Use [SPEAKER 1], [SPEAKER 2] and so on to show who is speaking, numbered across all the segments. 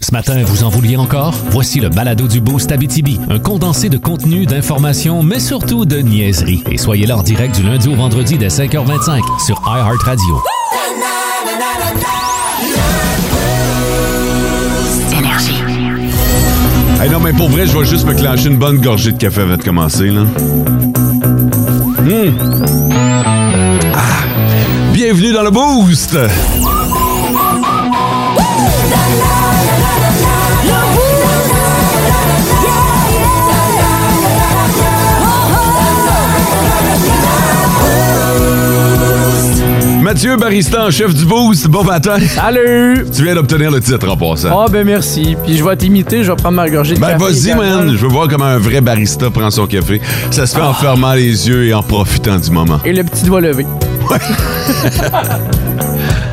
[SPEAKER 1] Ce matin, vous en vouliez encore? Voici le balado du Boost Abitibi, un condensé de contenu, d'informations, mais surtout de niaiseries. Et soyez là en direct du lundi au vendredi dès 5h25 sur iHeartRadio.
[SPEAKER 2] Hey, non, mais pour vrai, je vais juste me clencher une bonne gorgée de café avant de commencer, là. Hum. Ah. Bienvenue dans le Boost! Mathieu Barista, en chef du Boost, bon matin!
[SPEAKER 3] Salut!
[SPEAKER 2] Tu viens d'obtenir le titre en passant.
[SPEAKER 3] Ah ben merci. Puis je vais t'imiter, je vais prendre ma gorgée de
[SPEAKER 2] Ben
[SPEAKER 3] café
[SPEAKER 2] vas-y,
[SPEAKER 3] également.
[SPEAKER 2] man! Je veux voir comment un vrai barista prend son café. Ça se fait
[SPEAKER 3] Ah.
[SPEAKER 2] en fermant les yeux et en profitant du moment.
[SPEAKER 3] Et le petit doigt levé.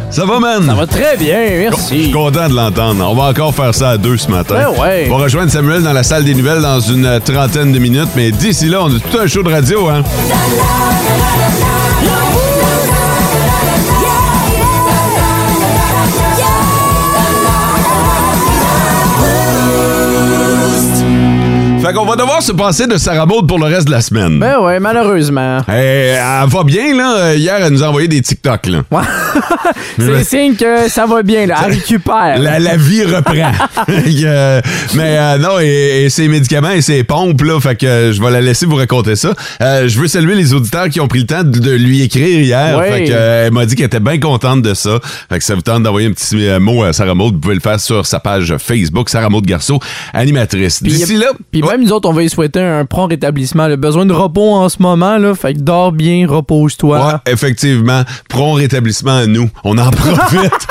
[SPEAKER 2] Ça va, man?
[SPEAKER 3] Ça va très bien,
[SPEAKER 2] Je suis
[SPEAKER 3] merci.
[SPEAKER 2] content de l'entendre. On va encore faire ça à deux ce matin.
[SPEAKER 3] Ben ouais.
[SPEAKER 2] On va rejoindre Samuel dans la salle des nouvelles dans une euh, trentaine de minutes, mais d'ici là, on a tout un show de radio, hein? Fait qu'on va devoir se passer de Sarah Maud pour le reste de la semaine.
[SPEAKER 3] Ben ouais, malheureusement.
[SPEAKER 2] Eh, elle va bien, là. Euh, Hier, elle nous a envoyé des TikTok, là.
[SPEAKER 3] Ouais. C'est signe que ça va bien, là. Elle récupère.
[SPEAKER 2] La, la vie reprend. Et, euh, mais euh, non, et, et ses médicaments et ses pompes, là, fait que euh, je vais la laisser vous raconter ça. Euh, je veux saluer les auditeurs qui ont pris le temps de, de lui écrire hier.
[SPEAKER 3] Ouais.
[SPEAKER 2] Fait que, euh, elle m'a dit qu'elle était bien contente de ça. Fait que ça vous tente d'envoyer un petit euh, mot à Sarah Maud. Vous pouvez le faire sur sa page Facebook, Sarah Maud Garceau, animatrice.
[SPEAKER 3] Puis-
[SPEAKER 2] D'ici là,
[SPEAKER 3] Puis
[SPEAKER 2] ouais,
[SPEAKER 3] même nous autres, on va lui souhaiter un prompt rétablissement. Le besoin de repos en ce moment, là. Fait que dors bien, repose-toi.
[SPEAKER 2] Ouais, effectivement. Prompt rétablissement à nous. On en profite.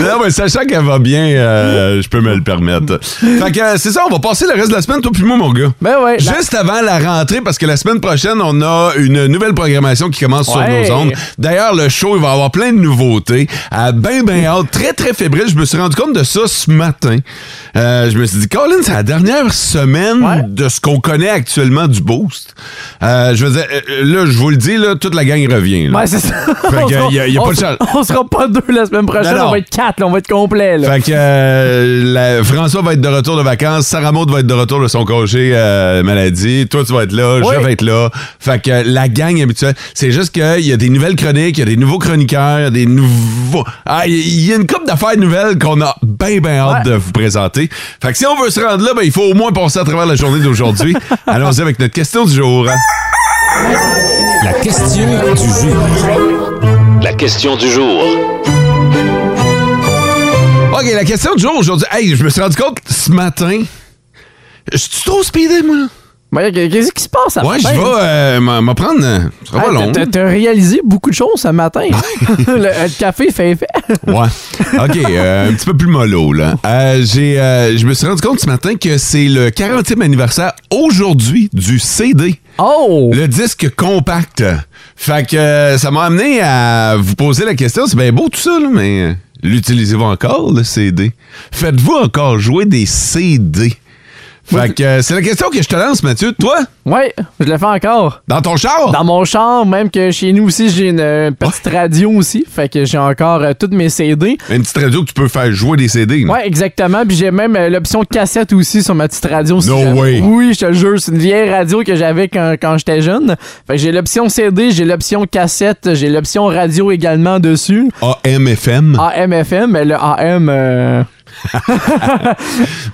[SPEAKER 2] non, mais sachant qu'elle va bien, euh, je peux me le permettre. Fait que euh, c'est ça, on va passer le reste de la semaine, toi puis moi, mon gars.
[SPEAKER 3] Ben ouais. la-
[SPEAKER 2] Juste avant la rentrée, parce que la semaine prochaine, on a une nouvelle programmation qui commence
[SPEAKER 3] Ouais.
[SPEAKER 2] sur nos ondes. D'ailleurs, le show, il va avoir plein de nouveautés. À ben, ben hâte, très, très fébrile. Je me suis rendu compte de ça ce matin. Euh, je me suis dit, Colin, c'est la dernière semaine
[SPEAKER 3] Ouais.
[SPEAKER 2] de ce qu'on connaît actuellement du Boost. Euh, je veux dire, euh, là, je vous le dis, là, toute la gang revient. là.
[SPEAKER 3] Ouais, c'est ça.
[SPEAKER 2] Fait
[SPEAKER 3] On
[SPEAKER 2] que,
[SPEAKER 3] sera-
[SPEAKER 2] y a- y a
[SPEAKER 3] on
[SPEAKER 2] pas de
[SPEAKER 3] sera-
[SPEAKER 2] chance.
[SPEAKER 3] On sera pas deux la semaine prochaine,
[SPEAKER 2] Non, non.
[SPEAKER 3] on va être quatre, là, on va être complet. Là.
[SPEAKER 2] Fait que euh, la- François va être de retour de vacances, Sarah Maud va être de retour de son congé euh, maladie, toi tu vas être là,
[SPEAKER 3] Oui.
[SPEAKER 2] je vais être là. Fait que la gang habituelle, c'est juste qu'il y a des nouvelles chroniques, il y a des nouveaux chroniqueurs, il y a des nouveaux... Ah, Il y a une couple d'affaires nouvelles qu'on a bien bien hâte
[SPEAKER 3] Ouais.
[SPEAKER 2] de vous présenter. Fait que si on veut se rendre là, ben, il faut au moins passer à travers la journée d'aujourd'hui. Allons-y avec notre question du jour. hein.
[SPEAKER 1] La question du jour.
[SPEAKER 4] La question du jour.
[SPEAKER 2] OK, la question du jour aujourd'hui. Hey, je me suis rendu compte ce matin... Je suis trop speedé, moi.
[SPEAKER 3] Mais Ben, Qu'est-ce qui se passe à
[SPEAKER 2] Ouais, je
[SPEAKER 3] matin,
[SPEAKER 2] vais
[SPEAKER 3] là?
[SPEAKER 2] euh, m'en m'en prendre. euh, Ce sera pas
[SPEAKER 3] Hey,
[SPEAKER 2] long.
[SPEAKER 3] Ah, ben. t'as- T'as réalisé beaucoup de choses ce matin. le, le café fait effet.
[SPEAKER 2] Ouais. OK, euh, un petit peu plus mollo, là. Euh, j'ai, euh, je me suis rendu compte ce matin que c'est le 40e anniversaire aujourd'hui du CD,
[SPEAKER 3] Oh!
[SPEAKER 2] le disque compact. Fait que euh, ça m'a amené à vous poser la question. C'est bien beau tout ça, là, mais euh, l'utilisez-vous encore, le CD? Faites-vous encore jouer des CD? Fait que euh, c'est la question que je te lance, Mathieu. Toi,
[SPEAKER 3] Ouais, je le fais encore.
[SPEAKER 2] dans ton char?
[SPEAKER 3] Dans mon champ, même que chez nous aussi, j'ai une euh, petite radio aussi. Fait que j'ai encore euh, toutes mes CD.
[SPEAKER 2] Une petite radio que tu peux faire jouer des CD. là.
[SPEAKER 3] Ouais, exactement. Puis j'ai même euh, l'option cassette aussi sur ma petite radio. si
[SPEAKER 2] No
[SPEAKER 3] jamais.
[SPEAKER 2] way.
[SPEAKER 3] Oui, je te le jure, c'est une vieille radio que j'avais quand, quand j'étais jeune. Fait que j'ai l'option CD, j'ai l'option cassette, j'ai l'option radio également dessus.
[SPEAKER 2] AMFM.
[SPEAKER 3] AMFM, mais le AM... euh,
[SPEAKER 2] Mais, euh,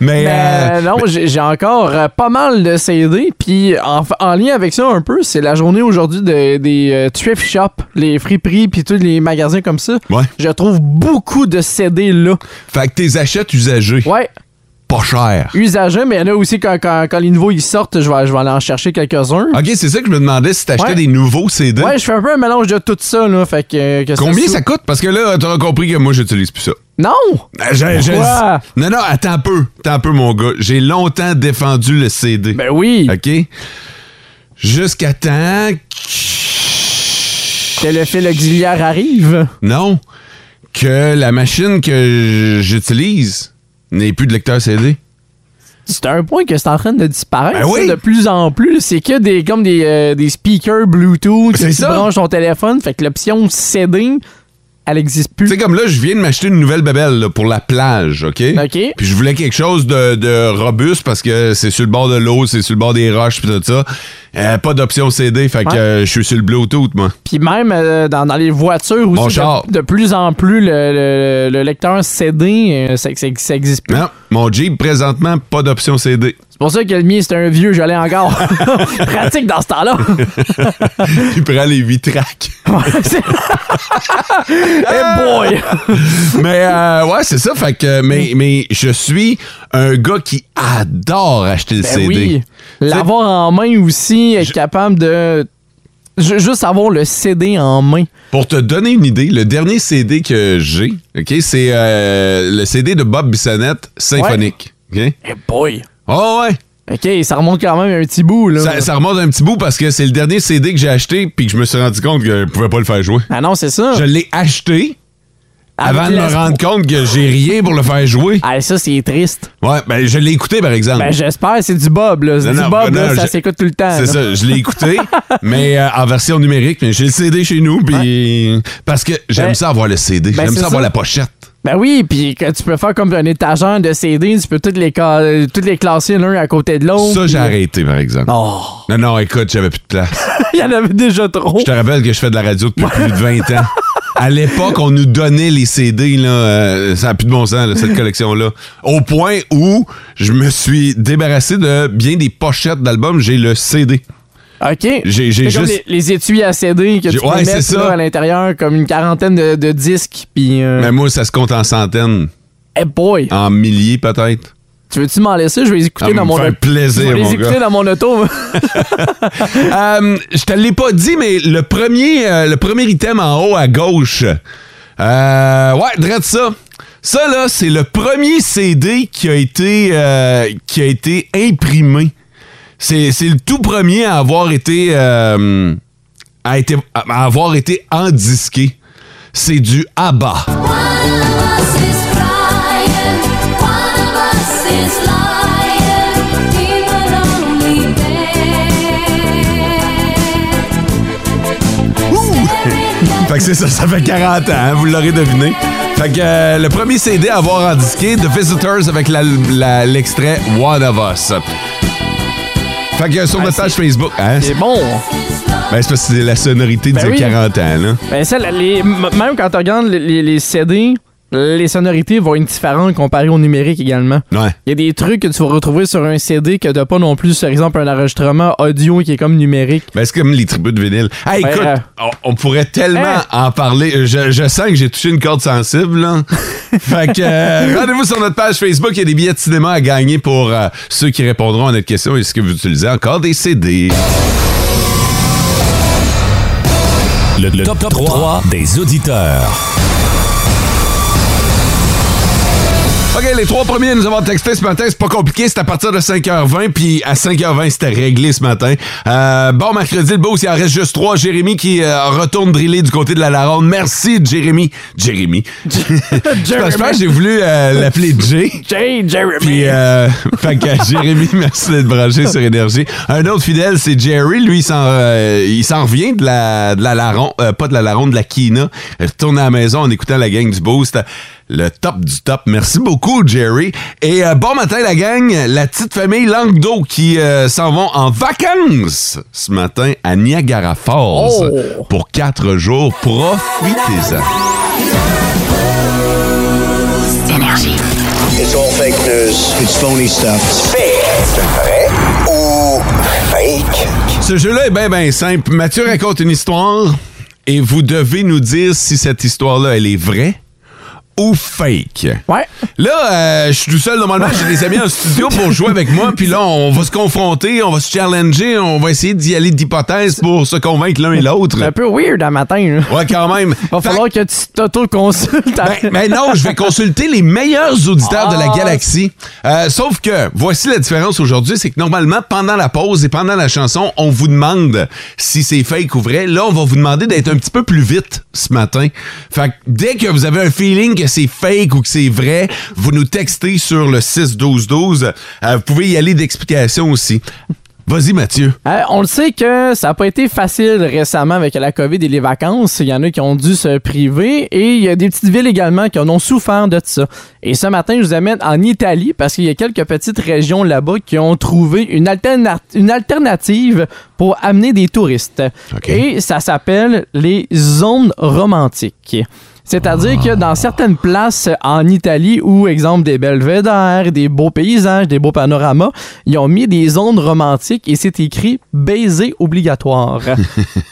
[SPEAKER 3] Mais Ben, non, j'ai j'ai encore euh, pas mal de CD. Puis en, fa- en lien avec ça un peu, c'est la journée aujourd'hui de- des euh, thrift shops, les friperies, puis tous les magasins comme ça.
[SPEAKER 2] Ouais.
[SPEAKER 3] Je trouve beaucoup de CD là.
[SPEAKER 2] Fait que tes achètes usagés,
[SPEAKER 3] Ouais,
[SPEAKER 2] pas cher.
[SPEAKER 3] usagés, mais il y en a aussi quand, quand, quand les nouveaux ils sortent, je vais, je vais aller en chercher quelques-uns.
[SPEAKER 2] OK, c'est ça que je me demandais si t'achetais
[SPEAKER 3] Ouais.
[SPEAKER 2] des nouveaux CD.
[SPEAKER 3] Ouais, je fais un peu un mélange de tout ça là. Fait que, euh, que
[SPEAKER 2] Combien
[SPEAKER 3] sou-
[SPEAKER 2] ça coûte? Parce que là, t'auras compris que moi, j'utilise plus ça.
[SPEAKER 3] Non!
[SPEAKER 2] Euh, j'ai- j'ai-
[SPEAKER 3] Pourquoi?
[SPEAKER 2] Non, non, attends un peu. Attends un peu, mon gars. J'ai longtemps défendu le CD.
[SPEAKER 3] Ben oui,
[SPEAKER 2] OK? Jusqu'à temps que-
[SPEAKER 3] que le fil auxiliaire arrive.
[SPEAKER 2] Non. Que la machine que j'utilise n'ait plus de lecteur CD.
[SPEAKER 3] C'est un point que c'est en train de disparaître
[SPEAKER 2] Ben
[SPEAKER 3] ça,
[SPEAKER 2] oui.
[SPEAKER 3] de plus en plus. C'est que des comme des, euh, des speakers Bluetooth
[SPEAKER 2] C'est
[SPEAKER 3] que tu
[SPEAKER 2] ça.
[SPEAKER 3] branches ton téléphone. Fait que l'option CD, elle existe plus.
[SPEAKER 2] Tu sais, comme là, je viens de m'acheter une nouvelle bébelle là, pour la plage, OK?
[SPEAKER 3] OK.
[SPEAKER 2] Puis je voulais quelque chose de, de robuste parce que c'est sur le bord de l'eau, c'est sur le bord des roches, puis tout ça. Euh, pas d'option CD, fait que
[SPEAKER 3] Ouais.
[SPEAKER 2] euh, je suis sur le Bluetooth, moi.
[SPEAKER 3] Puis même euh, dans, dans les voitures
[SPEAKER 2] Mon
[SPEAKER 3] aussi,
[SPEAKER 2] char.
[SPEAKER 3] de, de plus en plus, le, le- le lecteur CD, euh, ça, ça- ça existe plus.
[SPEAKER 2] Non, mon Jeep, présentement, pas d'option CD.
[SPEAKER 3] C'est pour ça que le mien, c'est un vieux, j'allais encore. Pratique dans ce temps-là.
[SPEAKER 2] Il prend les huit tracks.
[SPEAKER 3] Ouais, c'est- hey boy!
[SPEAKER 2] mais euh, ouais, c'est ça, fait que mais, mais je suis un gars qui adore acheter le
[SPEAKER 3] Ben
[SPEAKER 2] CD.
[SPEAKER 3] oui. L'avoir en main aussi, être capable de. ju- Juste avoir le CD en main.
[SPEAKER 2] Pour te donner une idée, le dernier CD que j'ai, OK, c'est euh, le CD de Bob Bissonnette symphonique. OK?
[SPEAKER 3] Hey boy!
[SPEAKER 2] Oh ouais.
[SPEAKER 3] Ok, ça remonte quand même un petit bout, là.
[SPEAKER 2] Ça, ça remonte un petit bout parce que c'est le dernier CD que j'ai acheté puis que je me suis rendu compte que je pouvais pas le faire jouer.
[SPEAKER 3] Ah non, c'est ça.
[SPEAKER 2] Je l'ai acheté avant de me rendre compte que j'ai rien pour le faire jouer.
[SPEAKER 3] Ah, ça, c'est triste.
[SPEAKER 2] Ouais, ben je l'ai écouté par exemple.
[SPEAKER 3] Ben, j'espère, c'est du Bob, là. C'est
[SPEAKER 2] Non,
[SPEAKER 3] du
[SPEAKER 2] non,
[SPEAKER 3] Bob,
[SPEAKER 2] non,
[SPEAKER 3] là, ça
[SPEAKER 2] je-
[SPEAKER 3] s'écoute tout le temps.
[SPEAKER 2] C'est
[SPEAKER 3] là.
[SPEAKER 2] ça, je l'ai écouté, mais euh, en version numérique. Mais j'ai le CD chez nous, puis parce que j'aime
[SPEAKER 3] Ben-
[SPEAKER 2] ça avoir le CD,
[SPEAKER 3] ben,
[SPEAKER 2] j'aime
[SPEAKER 3] c'est
[SPEAKER 2] ça avoir
[SPEAKER 3] ça.
[SPEAKER 2] la pochette.
[SPEAKER 3] Ben oui, puis que tu peux faire comme un étagère de CD, tu peux toutes les, ca- euh, toutes les classer l'un à côté de l'autre.
[SPEAKER 2] Ça,
[SPEAKER 3] puis-
[SPEAKER 2] j'ai arrêté, par exemple.
[SPEAKER 3] Oh,
[SPEAKER 2] Non, non, écoute, j'avais plus de place.
[SPEAKER 3] il y en avait déjà trop.
[SPEAKER 2] Je te rappelle que je fais de la radio depuis plus de 20 ans. À l'époque, on nous donnait les CD, là, euh, ça n'a plus de bon sens, là, cette collection-là. Au point où je me suis débarrassé de bien des pochettes d'albums, j'ai le CD.
[SPEAKER 3] OK.
[SPEAKER 2] J'ai- j'ai
[SPEAKER 3] C'est comme
[SPEAKER 2] juste-
[SPEAKER 3] les, les étuis à CD que tu
[SPEAKER 2] J'ai-
[SPEAKER 3] peux
[SPEAKER 2] ouais, c'est
[SPEAKER 3] mettre
[SPEAKER 2] ça.
[SPEAKER 3] là, à l'intérieur, comme une quarantaine de, de disques, puis... euh,
[SPEAKER 2] Mais moi, ça se compte en centaines,
[SPEAKER 3] Hey boy!
[SPEAKER 2] en milliers peut-être.
[SPEAKER 3] Tu veux-tu m'en laisser? Je vais les écouter
[SPEAKER 2] Ah,
[SPEAKER 3] dans
[SPEAKER 2] me
[SPEAKER 3] mon...
[SPEAKER 2] faire
[SPEAKER 3] auto.
[SPEAKER 2] plaisir,
[SPEAKER 3] je vais
[SPEAKER 2] mon
[SPEAKER 3] les écouter
[SPEAKER 2] gars.
[SPEAKER 3] dans mon auto.
[SPEAKER 2] Euh, je te l'ai pas dit, mais le premier, euh, le premier item en haut à gauche. Euh, ouais, drette ça. Ça, là, c'est le premier CD qui a été, euh, qui a été imprimé. C'est c'est le tout premier à avoir été, euh, à été- à avoir été endisqué. C'est du ABBA.
[SPEAKER 5] One of us is crying, one of us is lying. We were only there. Staring at
[SPEAKER 2] Fait que c'est ça, ça fait 40 ans, hein, vous l'aurez deviné. Fait que euh, le premier CD à avoir en disqué, The Visitors avec la- la- l'extrait One of Us. Fait que sur notre page Facebook, hein,
[SPEAKER 3] Ben, C'est bon!
[SPEAKER 5] his love.
[SPEAKER 2] ben, c'est parce que c'est la sonorité
[SPEAKER 3] Ben
[SPEAKER 2] d'il
[SPEAKER 3] oui.
[SPEAKER 2] y a 40 ans, là.
[SPEAKER 3] Ben ça, les, m- même quand tu regardes les, les- les CD, les sonorités vont être différentes comparées au numérique également.
[SPEAKER 2] Ouais.
[SPEAKER 3] Il y a des trucs que tu vas retrouver sur un CD que t'as pas non plus, par exemple, un enregistrement audio qui est comme numérique.
[SPEAKER 2] Ben, c'est comme les tribus de vinyle. Hey,
[SPEAKER 3] Ouais,
[SPEAKER 2] écoute,
[SPEAKER 3] euh.
[SPEAKER 2] on, on pourrait tellement
[SPEAKER 3] Hein?
[SPEAKER 2] en parler. Euh, Je, je sens que j'ai touché une corde sensible, là. fait que euh, rendez-vous sur notre page Facebook. Il y a des billets de cinéma à gagner pour euh, ceux qui répondront à notre question. Est-ce que vous utilisez encore des CD?
[SPEAKER 1] Le, le top, top 3 des auditeurs.
[SPEAKER 2] OK, les trois premiers à nous avons texté ce matin, c'est pas compliqué, c'est à partir de 5h20, puis à 5h20, c'était réglé ce matin. Euh, bon mercredi, le beau, il en reste juste trois. Jérémy qui euh, retourne driller du côté de la Laronde. Merci, Jérémy. Jérémy. Parce que je pense que j'ai voulu euh, l'appeler Jay.
[SPEAKER 3] Jay, Jeremy!
[SPEAKER 2] Puis, euh, fait que Jérémy, merci d'être branché sur Énergie. Un autre fidèle, c'est Jerry. Lui, il s'en, euh, il s'en revient de la, de la Laron, euh, pas de la Laronde, de la Kina. Il retourne à la maison en écoutant la gang du Boost. Le top du top. Merci beaucoup, Jerry. Et euh, bon matin, la gang. La petite famille Langdo qui euh, s'en vont en vacances ce matin à Niagara Falls
[SPEAKER 3] Oh!
[SPEAKER 2] pour quatre jours. Profitez-en.
[SPEAKER 6] It's all fake news. It's phony stuff. It's fake. C'est vrai ou fake?
[SPEAKER 2] Ce jeu-là est bien, bien simple. Mathieu raconte une histoire et vous devez nous dire si cette histoire-là, elle est vraie ou fake.
[SPEAKER 3] Ouais.
[SPEAKER 2] Là, euh, je suis tout seul. Normalement, j'ai des amis en studio pour jouer avec moi. Puis là, on va se confronter, on va se challenger, on va essayer d'y aller d'hypothèses pour se convaincre l'un et l'autre.
[SPEAKER 3] C'est un peu weird un matin. là.
[SPEAKER 2] Ouais, quand même.
[SPEAKER 3] Va
[SPEAKER 2] Fait-
[SPEAKER 3] falloir que tu t'auto-consultes. à-
[SPEAKER 2] ben, ben non, je vais consulter les meilleurs auditeurs de la
[SPEAKER 3] Ah.
[SPEAKER 2] galaxie. Euh, sauf que, voici la différence aujourd'hui, c'est que normalement, pendant la pause et pendant la chanson, on vous demande si c'est fake ou vrai. Là, on va vous demander d'être un petit peu plus vite ce matin. Fait que dès que vous avez un feeling que c'est fake ou que c'est vrai, vous nous textez sur le 6-12-12. Euh, vous pouvez y aller d'explications aussi. Vas-y, Mathieu.
[SPEAKER 3] Euh, on le sait que ça n'a pas été facile récemment avec la COVID et les vacances. Il y en a qui ont dû se priver et il y a des petites villes également qui en ont souffert de ça. Et ce matin, je vous amène en Italie parce qu'il y a quelques petites régions là-bas qui ont trouvé une, alterna- une alternative pour amener des touristes.
[SPEAKER 2] OK.
[SPEAKER 3] Et ça s'appelle les zones romantiques. C'est-à-dire que dans certaines places en Italie où, exemple, des belvédères, des beaux paysages, des beaux panoramas, ils ont mis des zones romantiques et c'est écrit baiser obligatoire.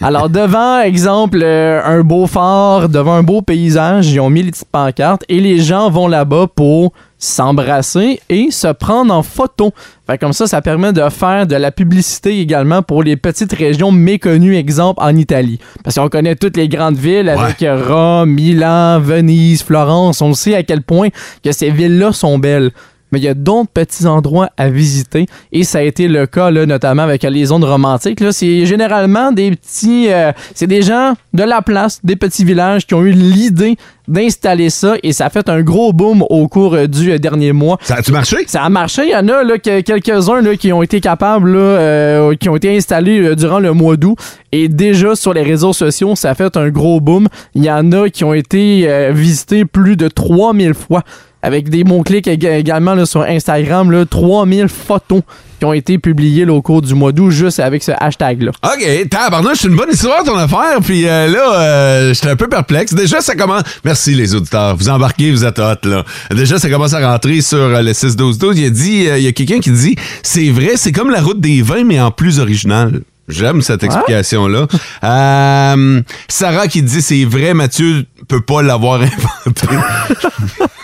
[SPEAKER 3] Alors, devant, exemple, euh, un beau fort, devant un beau paysage, ils ont mis les petites pancartes et les gens vont là-bas pour s'embrasser et se prendre en photo. Fait comme ça, ça permet de faire de la publicité également pour les petites régions méconnues, exemple en Italie. Parce qu'on connaît toutes les grandes villes avec Rome, Milan, Venise, Florence. On sait à quel point que ces villes-là sont belles. Mais il y a d'autres petits endroits à visiter. Et ça a été le cas, là, notamment avec les zones romantiques. Là, c'est généralement des petits. euh, c'est des gens de la place, des petits villages qui ont eu l'idée d'installer ça. Et ça a fait un gros boom au cours euh, du euh, dernier mois.
[SPEAKER 2] Ça a-tu marché?
[SPEAKER 3] Ça a marché. Il y en a là, que- quelques-uns là, qui ont été capables, là, euh, qui ont été installés euh, durant le mois d'août. Et déjà sur les réseaux sociaux, ça a fait un gros boom. Il y en a qui ont été euh, visités plus de 3000 fois. Avec des mots-clics ég- également là, sur Instagram, là, 3000 photos qui ont été publiées là, au cours du mois d'août juste avec ce hashtag-là.
[SPEAKER 2] OK, tabarnouche, c'est une bonne histoire ton affaire, puis euh, là, euh, j'étais un peu perplexe. Déjà, ça commence... Merci les auditeurs, vous embarquez, vous êtes hot, là. Déjà, ça commence à rentrer sur euh, le 6-12-12. Il y a, dit, euh, il y a quelqu'un qui dit, c'est vrai, c'est comme la route des vins, mais en plus original. J'aime cette explication-là. Euh, Sarah qui dit, c'est vrai, Mathieu peut pas l'avoir inventé.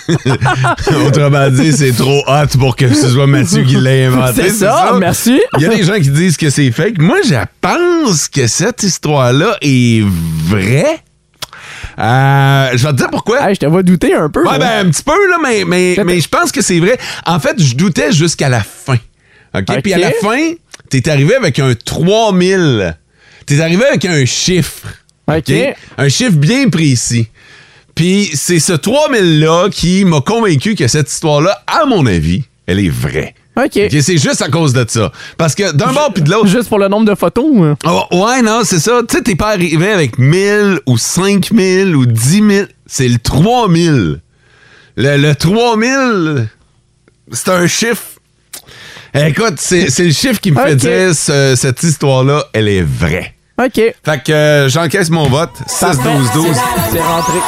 [SPEAKER 2] Autrement dit, c'est trop hot pour que ce soit Mathieu qui l'ait inventé.
[SPEAKER 3] C'est ça, merci.
[SPEAKER 2] Il y a des gens qui disent que c'est fake. Moi, je pense que cette histoire-là est vraie. Euh, je vais te dire pourquoi.
[SPEAKER 3] Hey, je te vois douter un peu. là.
[SPEAKER 2] Ouais, ben, un petit peu, là, mais, mais,
[SPEAKER 3] Peut-être.
[SPEAKER 2] mais je pense que c'est vrai. En fait, je doutais jusqu'à la fin. OK?
[SPEAKER 3] OK.
[SPEAKER 2] Puis à la fin, t'es arrivé avec un 3000. T'es arrivé avec un chiffre.
[SPEAKER 3] OK.
[SPEAKER 2] Un chiffre bien précis. Puis c'est ce 3000-là qui m'a convaincu que cette histoire-là, à mon avis, elle est vraie.
[SPEAKER 3] OK.
[SPEAKER 2] OK, c'est juste à cause de ça. Parce que d'un bord puis de l'autre,
[SPEAKER 3] Juste pour le nombre de photos. hein.
[SPEAKER 2] Oh, ouais, non, c'est ça. Tu sais, t'es pas arrivé avec 1000 ou 5000 ou 10 000. C'est le 3000. Le, le 3000, c'est un chiffre. Écoute, c'est c'est le chiffre qui me fait
[SPEAKER 3] Ok.
[SPEAKER 2] dire ce- cette histoire-là, elle est vraie.
[SPEAKER 3] OK.
[SPEAKER 2] Fait que euh, j'encaisse mon vote. 6-12-12.
[SPEAKER 3] C'est rentré.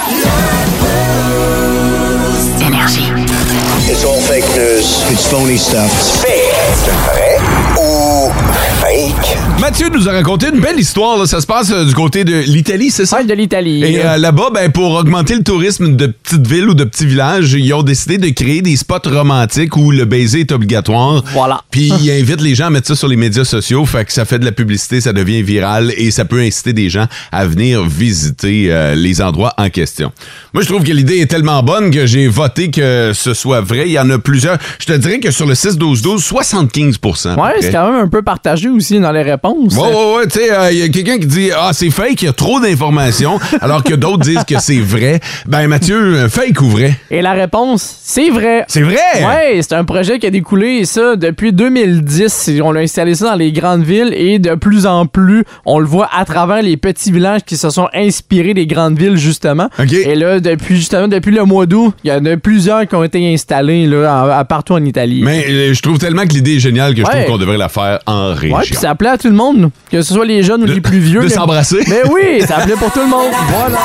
[SPEAKER 6] It's all fake news. It's phony stuff. C'est vrai ou fake?
[SPEAKER 2] Mathieu nous a raconté une belle histoire. là. Ça se passe euh, du côté de l'Italie, c'est ça?
[SPEAKER 3] Ouais, de l'Italie.
[SPEAKER 2] Et euh, là-bas, ben, pour augmenter le tourisme de petites villes ou de petits villages, ils ont décidé de créer des spots romantiques où le baiser est obligatoire.
[SPEAKER 3] Voilà.
[SPEAKER 2] Puis ils invitent les gens à mettre ça sur les médias sociaux, fait que ça fait de la publicité, ça devient viral et ça peut inciter des gens à venir visiter euh, les endroits en question. Moi, je trouve que l'idée est tellement bonne que j'ai voté que ce soit vrai. Il y en a plusieurs. Je te dirais que sur le 6-12-12, 75 à peu
[SPEAKER 3] Ouais,
[SPEAKER 2] près.
[SPEAKER 3] c'est quand même un peu partagé aussi dans les réponses.
[SPEAKER 2] Ouais, ouais, ouais. Tu sais, il y a quelqu'un qui dit Ah, c'est fake, il y a trop d'informations, alors que d'autres disent que c'est vrai. Ben, Mathieu, euh, fake ou vrai
[SPEAKER 3] Et la réponse, c'est vrai.
[SPEAKER 2] C'est vrai
[SPEAKER 3] Ouais, c'est un projet qui a découlé, et ça, depuis 2010. Et On a installé ça dans les grandes villes et de plus en plus, on le voit à travers les petits villages qui se sont inspirés des grandes villes, justement.
[SPEAKER 2] OK.
[SPEAKER 3] Et là, depuis, justement, depuis le mois d'août, il y en a plusieurs qui ont été installés là, à- à partout en Italie.
[SPEAKER 2] Mais euh, je trouve tellement que l'idée est géniale que je
[SPEAKER 3] Ouais.
[SPEAKER 2] trouve qu'on devrait la faire en région.
[SPEAKER 3] Ouais, puis ça plaît à tout le monde, que ce soit les jeunes ou les plus vieux.
[SPEAKER 2] de
[SPEAKER 3] là.
[SPEAKER 2] s'embrasser.
[SPEAKER 3] Mais oui, ça plaît pour tout le monde. Voilà.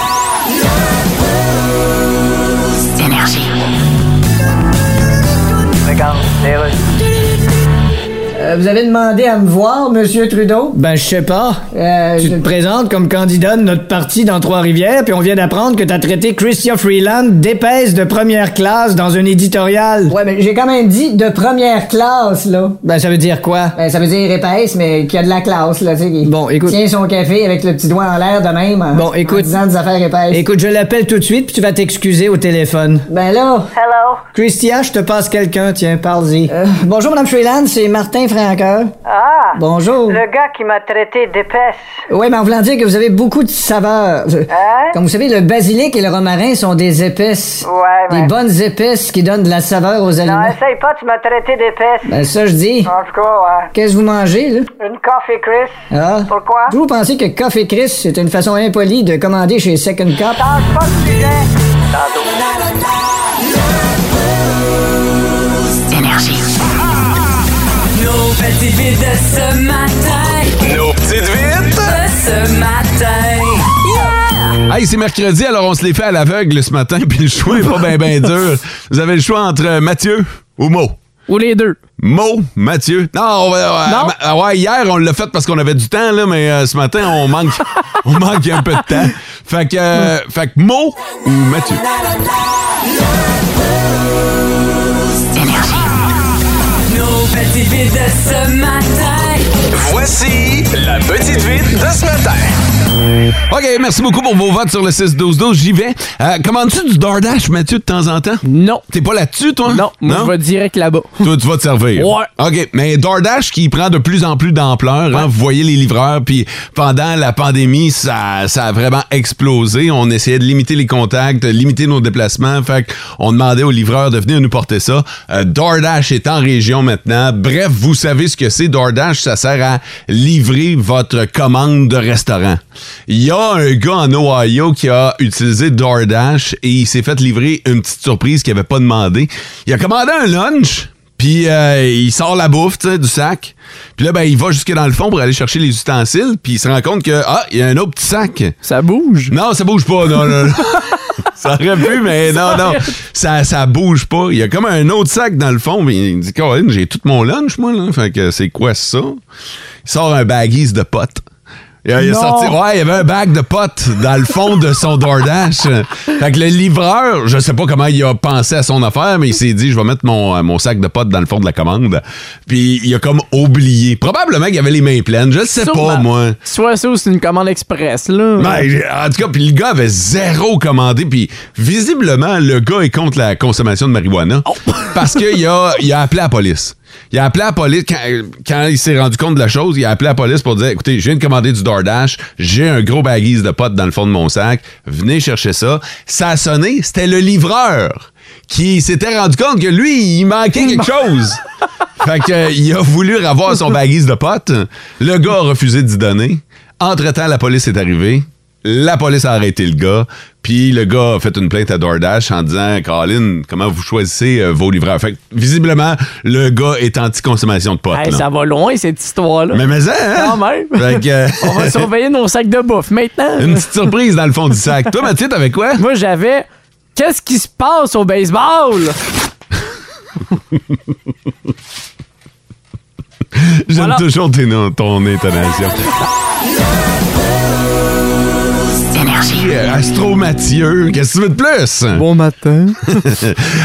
[SPEAKER 7] Euh, Vous avez demandé à me voir, Monsieur Trudeau?
[SPEAKER 8] Ben, je sais pas.
[SPEAKER 7] Euh,
[SPEAKER 8] Tu
[SPEAKER 7] je-
[SPEAKER 8] te présentes comme candidat de notre parti dans Trois-Rivières, puis on vient d'apprendre que t'as traité Christian Freeland d'épaisse de première classe dans un éditorial.
[SPEAKER 7] Ouais, mais j'ai quand même dit de première classe, là.
[SPEAKER 8] Ben, ça veut dire quoi?
[SPEAKER 7] Ben, ça veut dire épaisse, mais qu'il y a de la classe, là, tu sais. qui
[SPEAKER 8] Bon, écoute.
[SPEAKER 7] Tient son café avec le petit doigt en l'air de même. en-
[SPEAKER 8] Bon, écoute.
[SPEAKER 7] En disant des affaires épaisses.
[SPEAKER 8] Écoute, je l'appelle tout de suite, puis tu vas t'excuser au téléphone.
[SPEAKER 7] Ben là.
[SPEAKER 8] Christian, je te passe quelqu'un, tiens, parle-y.
[SPEAKER 7] euh, bonjour, Madame Freeland, c'est Martin Francis. encore.
[SPEAKER 9] Ah!
[SPEAKER 7] Bonjour.
[SPEAKER 9] Le gars qui m'a traité d'épaisse.
[SPEAKER 7] Oui, mais en voulant dire que vous avez beaucoup de saveurs.
[SPEAKER 9] Hein?
[SPEAKER 7] Euh, Comme vous savez, le basilic et le romarin sont des épices.
[SPEAKER 9] Ouais,
[SPEAKER 7] Des
[SPEAKER 9] mais-
[SPEAKER 7] bonnes épices qui donnent de la saveur aux
[SPEAKER 9] Non,
[SPEAKER 7] aliments.
[SPEAKER 9] essaye pas, tu m'as traité d'épaisse.
[SPEAKER 7] Ben, ça, je dis.
[SPEAKER 9] En tout cas,
[SPEAKER 7] Qu'est-ce que vous mangez, là?
[SPEAKER 9] ouais. une coffee Chris.
[SPEAKER 7] Ah.
[SPEAKER 9] Pourquoi?
[SPEAKER 7] Vous pensez que Coffee Chris, c'est une façon impolie de commander chez Second Cup?
[SPEAKER 9] Change pas de sujet.
[SPEAKER 10] Nos petites vites de ce matin,
[SPEAKER 2] Nos petites vites!
[SPEAKER 10] de ce matin.
[SPEAKER 2] Hey, c'est mercredi, alors on se les fait à l'aveugle ce matin, puis le choix est pas bien ben dur. Vous avez le choix entre Mathieu ou Mo.
[SPEAKER 3] Ou les deux.
[SPEAKER 2] Mo, Mathieu. Non, on va-
[SPEAKER 3] Non.
[SPEAKER 2] euh, ah ouais, hier, on l'a fait parce qu'on avait du temps, là, mais euh, ce matin, on manque, on manque un peu de temps. Fait que, euh, fait que Mo ou Mathieu?
[SPEAKER 10] Nos petites vites de ce matin.
[SPEAKER 6] Voici la petite vite de ce matin.
[SPEAKER 2] OK, merci beaucoup pour vos votes sur le 6-12-12. J'y vais. Euh, Commandes-tu du DoorDash, Mathieu, de temps en temps?
[SPEAKER 3] Non.
[SPEAKER 2] T'es pas là-dessus, toi?
[SPEAKER 3] Non, moi, je vais direct là-bas.
[SPEAKER 2] Toi, tu vas te servir.
[SPEAKER 3] Ouais.
[SPEAKER 2] OK, mais DoorDash qui prend de plus en plus d'ampleur, hein, vous voyez les livreurs, puis pendant la pandémie, ça, ça a vraiment explosé. On essayait de limiter les contacts, de limiter nos déplacements, fait on demandait aux livreurs de venir nous porter ça. Euh, DoorDash est en région maintenant. Bref, vous savez ce que c'est DoorDash, ça sert à livrer votre commande de restaurant. Il y a un gars en Ohio qui a utilisé DoorDash et il s'est fait livrer une petite surprise qu'il avait pas demandé. Il a commandé un lunch, puis euh, il sort la bouffe tu sais, du sac. Puis là, ben, il va jusque dans le fond pour aller chercher les ustensiles. Puis il se rend compte que, ah, il y a un autre petit sac.
[SPEAKER 3] Ça bouge.
[SPEAKER 2] Non, ça bouge pas. Non, non, non. ça aurait pu, mais non, non. Ça, ça bouge pas. Il y a comme un autre sac dans le fond. Mais il dit, Caroline, j'ai tout mon lunch, moi, là. Fait que c'est quoi ça? Il sort un baggies de potes. Il a, il a
[SPEAKER 3] Non.
[SPEAKER 2] sorti, ouais, il y avait un bag de potes dans le fond de son DoorDash. fait que le livreur, je sais pas comment il a pensé à son affaire, mais il s'est dit, je vais mettre mon, euh, mon sac de potes dans le fond de la commande. Puis il a comme oublié. Probablement qu'il avait les mains pleines. Je le sais pas,
[SPEAKER 3] Sûrement.
[SPEAKER 2] moi.
[SPEAKER 3] Soit ça ou c'est une commande express, là.
[SPEAKER 2] Ben, j'ai- en tout cas, puis le gars avait zéro commandé, puis visiblement, le gars est contre la consommation de marijuana. Parce qu'il a, il a appelé la police. Il a appelé la police, quand, quand il s'est rendu compte de la chose, il a appelé la police pour dire, écoutez, je viens de commander du DoorDash, j'ai un gros baguise de potes dans le fond de mon sac, venez chercher ça. Ça a sonné, c'était le livreur qui s'était rendu compte que lui, il manquait quelque chose. Fait que, euh, il a voulu avoir son baguise de potes. Le gars a refusé d'y donner. Entre-temps, la police est arrivée. La police a arrêté le gars. Puis le gars a fait une plainte à DoorDash en disant Colin, comment vous choisissez euh, vos livreurs Fait que, visiblement, le gars est anti-consommation de potes.
[SPEAKER 3] Hey,
[SPEAKER 2] là.
[SPEAKER 3] ça va loin, cette histoire-là. Ah,
[SPEAKER 2] Mais mais ça, hein?
[SPEAKER 3] Quand même.
[SPEAKER 2] Fait que, euh,
[SPEAKER 3] On va surveiller nos sacs de bouffe maintenant.
[SPEAKER 2] une petite surprise dans le fond du sac. Toi, Mathieu, t'avais quoi
[SPEAKER 3] Moi, j'avais. Qu'est-ce qui se passe au baseball?
[SPEAKER 2] J'aime
[SPEAKER 3] Voilà.
[SPEAKER 2] toujours tes noms- ton intonation. Euh, Astro Mathieu, qu'est-ce que tu veux de plus?
[SPEAKER 3] Bon matin.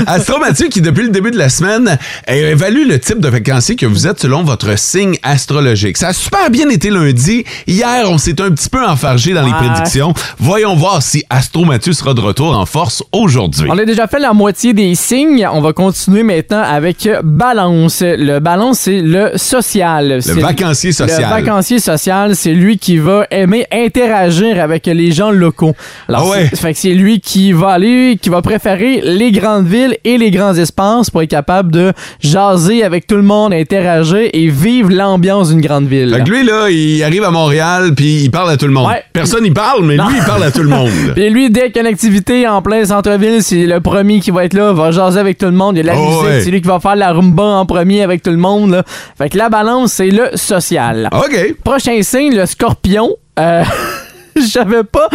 [SPEAKER 2] Astro Mathieu, qui depuis le début de la semaine euh, évalue le type de vacancier que vous êtes selon votre signe astrologique. Ça a super bien été lundi. Hier, on s'est un petit peu enfargé dans les
[SPEAKER 3] Ouais.
[SPEAKER 2] prédictions. Voyons voir si Astro Mathieu sera de retour en force aujourd'hui.
[SPEAKER 3] On a déjà fait la moitié des signes. On va continuer maintenant avec balance. Le balance, c'est le social.
[SPEAKER 2] Le vacancier social.
[SPEAKER 3] Le vacancier social, c'est lui qui va aimer interagir avec les gens locaux. Alors,
[SPEAKER 2] Ah ouais.
[SPEAKER 3] c'est- fait que c'est lui qui va aller, qui va préférer les grandes villes et les grands espaces pour être capable de jaser avec tout le monde, interagir et vivre l'ambiance d'une grande ville.
[SPEAKER 2] Fait que lui, là, il arrive à Montréal, puis il parle à tout le monde.
[SPEAKER 3] Ouais.
[SPEAKER 2] Personne n'y parle, mais
[SPEAKER 3] Non.
[SPEAKER 2] lui, il parle à tout le monde.
[SPEAKER 3] Puis lui, dès qu'il y a une activité en plein centre-ville, c'est le premier qui va être là, va jaser avec tout le monde. Il y a de la
[SPEAKER 2] Oh,
[SPEAKER 3] musique,
[SPEAKER 2] ouais.
[SPEAKER 3] c'est lui qui va faire la rumba en premier avec tout le monde. là. Fait que la balance, c'est le social.
[SPEAKER 2] OK.
[SPEAKER 3] Prochain signe, le scorpion. Euh, je savais pas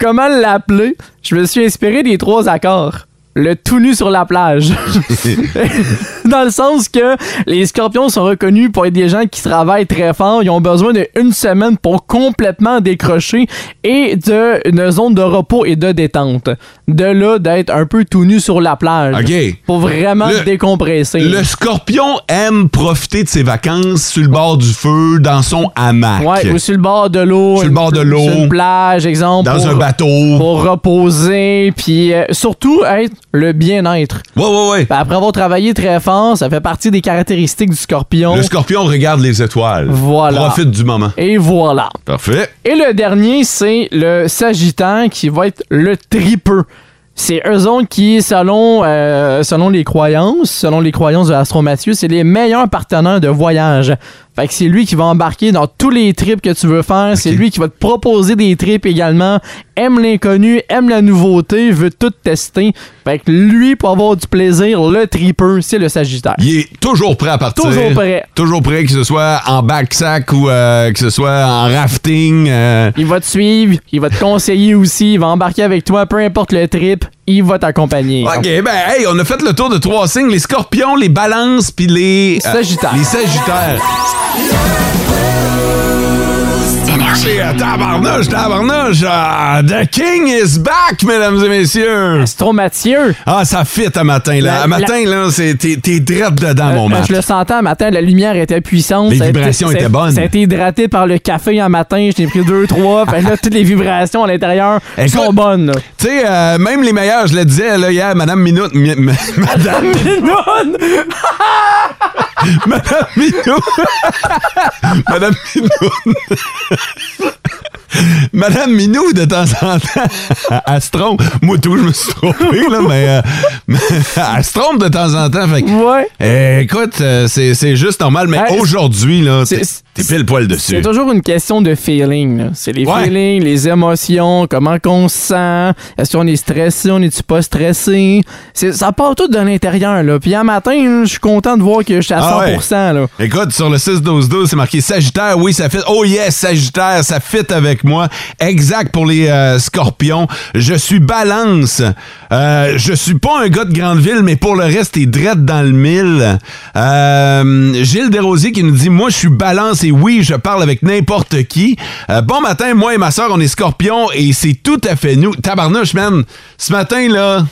[SPEAKER 3] comment l'appeler. Je me suis inspiré des trois accords. Le tout nu sur la plage. Dans le sens que les scorpions sont reconnus pour être des gens qui travaillent très fort. Ils ont besoin d'une semaine pour complètement décrocher et d'une zone de repos et de détente. De là, d'être un peu tout nu sur la plage.
[SPEAKER 2] OK.
[SPEAKER 3] Pour vraiment
[SPEAKER 2] Le-
[SPEAKER 3] décompresser.
[SPEAKER 2] Le scorpion aime profiter de ses vacances sur le bord du feu, dans son hamac.
[SPEAKER 3] Ouais, ou sur le bord de l'eau.
[SPEAKER 2] Sur le
[SPEAKER 3] une-
[SPEAKER 2] bord de l'eau.
[SPEAKER 3] Sur une plage, exemple.
[SPEAKER 2] dans
[SPEAKER 3] pour-
[SPEAKER 2] un bateau.
[SPEAKER 3] pour reposer, puis euh, surtout être le bien-être. Ben,
[SPEAKER 2] Ouais, ouais, ouais.
[SPEAKER 3] après avoir travaillé très fort, ça fait partie des caractéristiques du scorpion.
[SPEAKER 2] Le scorpion regarde les étoiles.
[SPEAKER 3] Voilà.
[SPEAKER 2] Profite du moment.
[SPEAKER 3] Et voilà.
[SPEAKER 2] Parfait.
[SPEAKER 3] Et le dernier, c'est le Sagittaire qui va être le tripeux. C'est eux autres qui, selon, euh, selon les croyances, selon les croyances de l'astro Mathieu, c'est les meilleurs partenaires de voyage. Fait que c'est lui qui va embarquer dans tous les trips que tu veux faire. C'est lui qui va te proposer des trips également. Aime l'inconnu, aime la nouveauté, veut tout tester. Fait que lui, pour avoir du plaisir, le tripeux, c'est le Sagittaire.
[SPEAKER 2] Il est toujours prêt à partir.
[SPEAKER 3] Toujours prêt.
[SPEAKER 2] Toujours prêt, que ce soit en backsack ou euh, que ce soit en rafting. euh,
[SPEAKER 3] Il va te suivre, il va te conseiller aussi, il va embarquer avec toi, peu importe le trip, il va t'accompagner.
[SPEAKER 2] OK, ben, hey, on a fait le tour de trois signes les scorpions, les balances, puis les. euh,
[SPEAKER 3] Sagittaires.
[SPEAKER 2] les sagittaires. Énergie, euh, tabarnouche, tabarnouche. ah, the king is back, mesdames et messieurs.
[SPEAKER 3] Astro Mathieu.
[SPEAKER 2] Ah, ça fit à matin, là.
[SPEAKER 3] La-
[SPEAKER 2] à matin, là, c'est- t'es t'es drette dedans, mon
[SPEAKER 3] Euh,
[SPEAKER 2] match.
[SPEAKER 3] je le sentais un matin, la lumière était puissante.
[SPEAKER 2] Les
[SPEAKER 3] Ça a été-
[SPEAKER 2] vibrations
[SPEAKER 3] ça a-
[SPEAKER 2] étaient bonnes.
[SPEAKER 3] Ça a été hydraté par le café un matin, j'en ai pris deux, trois. Fait que là, toutes les vibrations à l'intérieur sont
[SPEAKER 2] Écoute,
[SPEAKER 3] bonnes. là.
[SPEAKER 2] Tu sais, euh, même les meilleurs, je le disais là, hier, Madame Minute. mi- m- Madame,
[SPEAKER 3] Non!
[SPEAKER 2] Madame Minute. Madame Minute. Madame Minou, de temps en temps, elle se trompe. Moi, tout, je me suis trompé, là, mais, euh, mais elle se trompe de temps en temps. Fait que-
[SPEAKER 3] Ouais.
[SPEAKER 2] Eh, écoute, euh, c'est c'est juste normal, mais
[SPEAKER 3] Hey,
[SPEAKER 2] aujourd'hui, là, t'es
[SPEAKER 3] c'est-
[SPEAKER 2] t'es pile poil dessus.
[SPEAKER 3] C'est toujours une question de feeling. là. C'est les
[SPEAKER 2] Ouais.
[SPEAKER 3] feelings, les émotions, comment qu'on se sent, est-ce qu'on est stressé, on est-tu pas stressé. C'est- Ça part tout de l'intérieur. là. Puis un matin, là, je suis content de voir que je suis à
[SPEAKER 2] Ah
[SPEAKER 3] 100%. là.
[SPEAKER 2] Écoute, sur le 6-12-12, c'est marqué Sagittaire. Oui, ça fit. Oh yes, Sagittaire, ça fit avec moi. Exact pour les euh, scorpions. Je suis balance. Euh, je suis pas un gars de grande ville, mais pour le reste, t'es drette dans le mille. Euh, Gilles Desrosiers qui nous dit Moi, je suis balance et oui, je parle avec n'importe qui. Euh, bon matin, moi et ma soeur, on est scorpions et c'est tout à fait nous. Tabarnouche, man. Ce matin, là,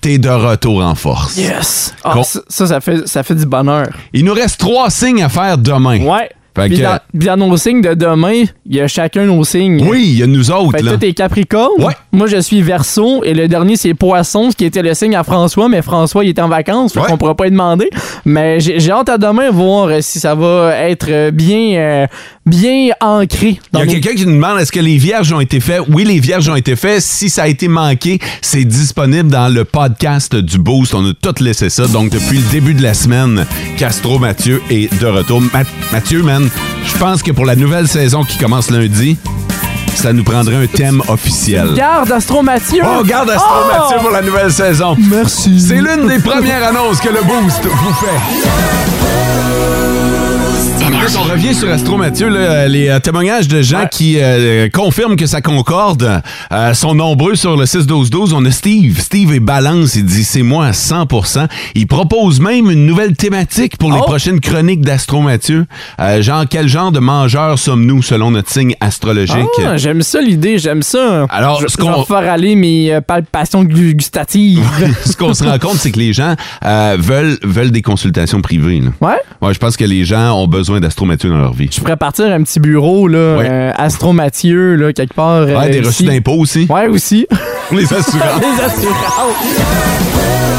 [SPEAKER 2] t'es de retour en force.
[SPEAKER 3] Yes! Ah,
[SPEAKER 2] Con-
[SPEAKER 3] ça, ça, ça fait, ça fait du bonheur.
[SPEAKER 2] Il nous reste trois signes à faire demain.
[SPEAKER 3] Ouais.
[SPEAKER 2] Fait
[SPEAKER 3] Puis
[SPEAKER 2] que- euh,
[SPEAKER 3] dans, puis dans nos signes de demain, il y a chacun nos signes.
[SPEAKER 2] Oui, il y a Ben, nous autres.
[SPEAKER 3] Fait que
[SPEAKER 2] Là.
[SPEAKER 3] toi, t'es Capricorne.
[SPEAKER 2] Ouais.
[SPEAKER 3] Moi, je suis Verseau. Et le dernier, c'est Poisson, ce qui était le signe à François. Mais François, il est en vacances. Fait
[SPEAKER 2] Ouais.
[SPEAKER 3] qu'on pourra pas lui demander. Mais j'ai j'ai hâte à demain voir euh, si ça va être euh, bien, euh, bien ancré
[SPEAKER 2] Il
[SPEAKER 3] dans
[SPEAKER 2] y a
[SPEAKER 3] nos-
[SPEAKER 2] quelqu'un qui nous demande est-ce que les vierges ont été faits? Oui, les vierges ont été faits. Si ça a été manqué, c'est disponible dans le podcast du Boost. On a tout laissé ça. Donc, depuis le début de la semaine, Castro Mathieu est de retour. Ma- Mathieu, man, je pense que pour la nouvelle saison qui commence lundi, ça nous prendrait un thème officiel.
[SPEAKER 3] Garde Astro Mathieu.
[SPEAKER 2] Oh, garde Astro
[SPEAKER 3] Oh!
[SPEAKER 2] Mathieu pour la nouvelle saison.
[SPEAKER 3] Merci.
[SPEAKER 2] C'est l'une des premières annonces que le Boost vous fait. Là, On revient sur Astro Mathieu. là, euh, les euh, témoignages de gens qui euh, confirment que ça concorde euh, sont nombreux sur le 6-12-12. On a Steve. Steve est balance. Il dit c'est moi à 100 Il propose même une nouvelle thématique pour les
[SPEAKER 3] Oh!
[SPEAKER 2] prochaines chroniques d'Astro Mathieu. Euh, genre, quel genre de mangeur sommes-nous selon notre signe astrologique?
[SPEAKER 3] Ah, j'aime ça l'idée, j'aime ça.
[SPEAKER 2] Alors,
[SPEAKER 3] je,
[SPEAKER 2] ce
[SPEAKER 3] je vais
[SPEAKER 2] qu'on-
[SPEAKER 3] faire aller mes euh, palpations gu- gustatives.
[SPEAKER 2] Ce qu'on se rend compte, c'est que les gens euh, veulent, veulent des consultations privées. là.
[SPEAKER 3] ouais?
[SPEAKER 2] Ouais, je pense que les gens ont besoin d'astromathieu dans leur vie.
[SPEAKER 3] Je pourrais partir un petit bureau, là,
[SPEAKER 2] Ouais.
[SPEAKER 3] euh, Astro Mathieu, là, quelque part. euh,
[SPEAKER 2] Ouais, des
[SPEAKER 3] ici.
[SPEAKER 2] reçus d'impôts aussi.
[SPEAKER 3] Ouais, aussi.
[SPEAKER 2] Les assurances.
[SPEAKER 3] Les assurances.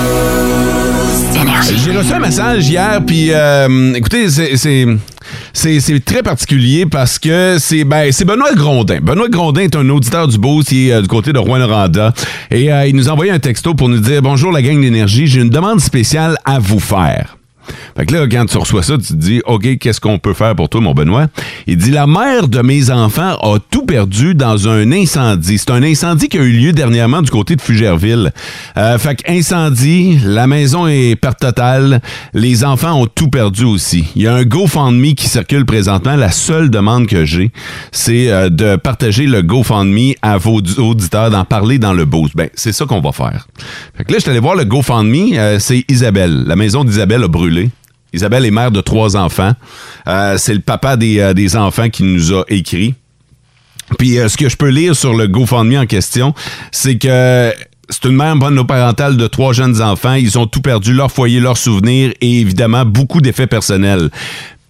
[SPEAKER 2] J'ai reçu un message hier, puis euh, écoutez, c'est- c'est. C'est c'est très particulier parce que c'est ben, c'est Benoît Grondin. Benoît Grondin est un auditeur du Beauce, il est euh, du côté de Rouen-Noranda. Et euh, il nous a envoyé un texto pour nous dire « Bonjour la gang d'énergie, j'ai une demande spéciale à vous faire. » Fait que là, quand tu reçois ça, tu te dis « Ok, qu'est-ce qu'on peut faire pour toi, mon Benoît? » Il dit « La mère de mes enfants a tout perdu dans un incendie. C'est un incendie qui a eu lieu dernièrement du côté de Fugerville. Euh, fait que incendie, la maison est perte totale. Les enfants ont tout perdu aussi. Il y a un GoFundMe qui circule présentement. La seule demande que j'ai, c'est euh, de partager le GoFundMe à vos du- auditeurs, d'en parler dans le boost. Ben, c'est ça qu'on va faire. Fait que là, je suis allé voir le GoFundMe. euh, c'est Isabelle. La maison d'Isabelle a brûlé. Isabelle est mère de trois enfants. Euh, c'est le papa des, euh, des enfants qui nous a écrit. Puis euh, ce que je peux lire sur le GoFundMe en question, c'est que c'est une mère monoparentale de trois jeunes enfants. Ils ont tout perdu, leur foyer, leurs souvenirs et évidemment beaucoup d'effets personnels.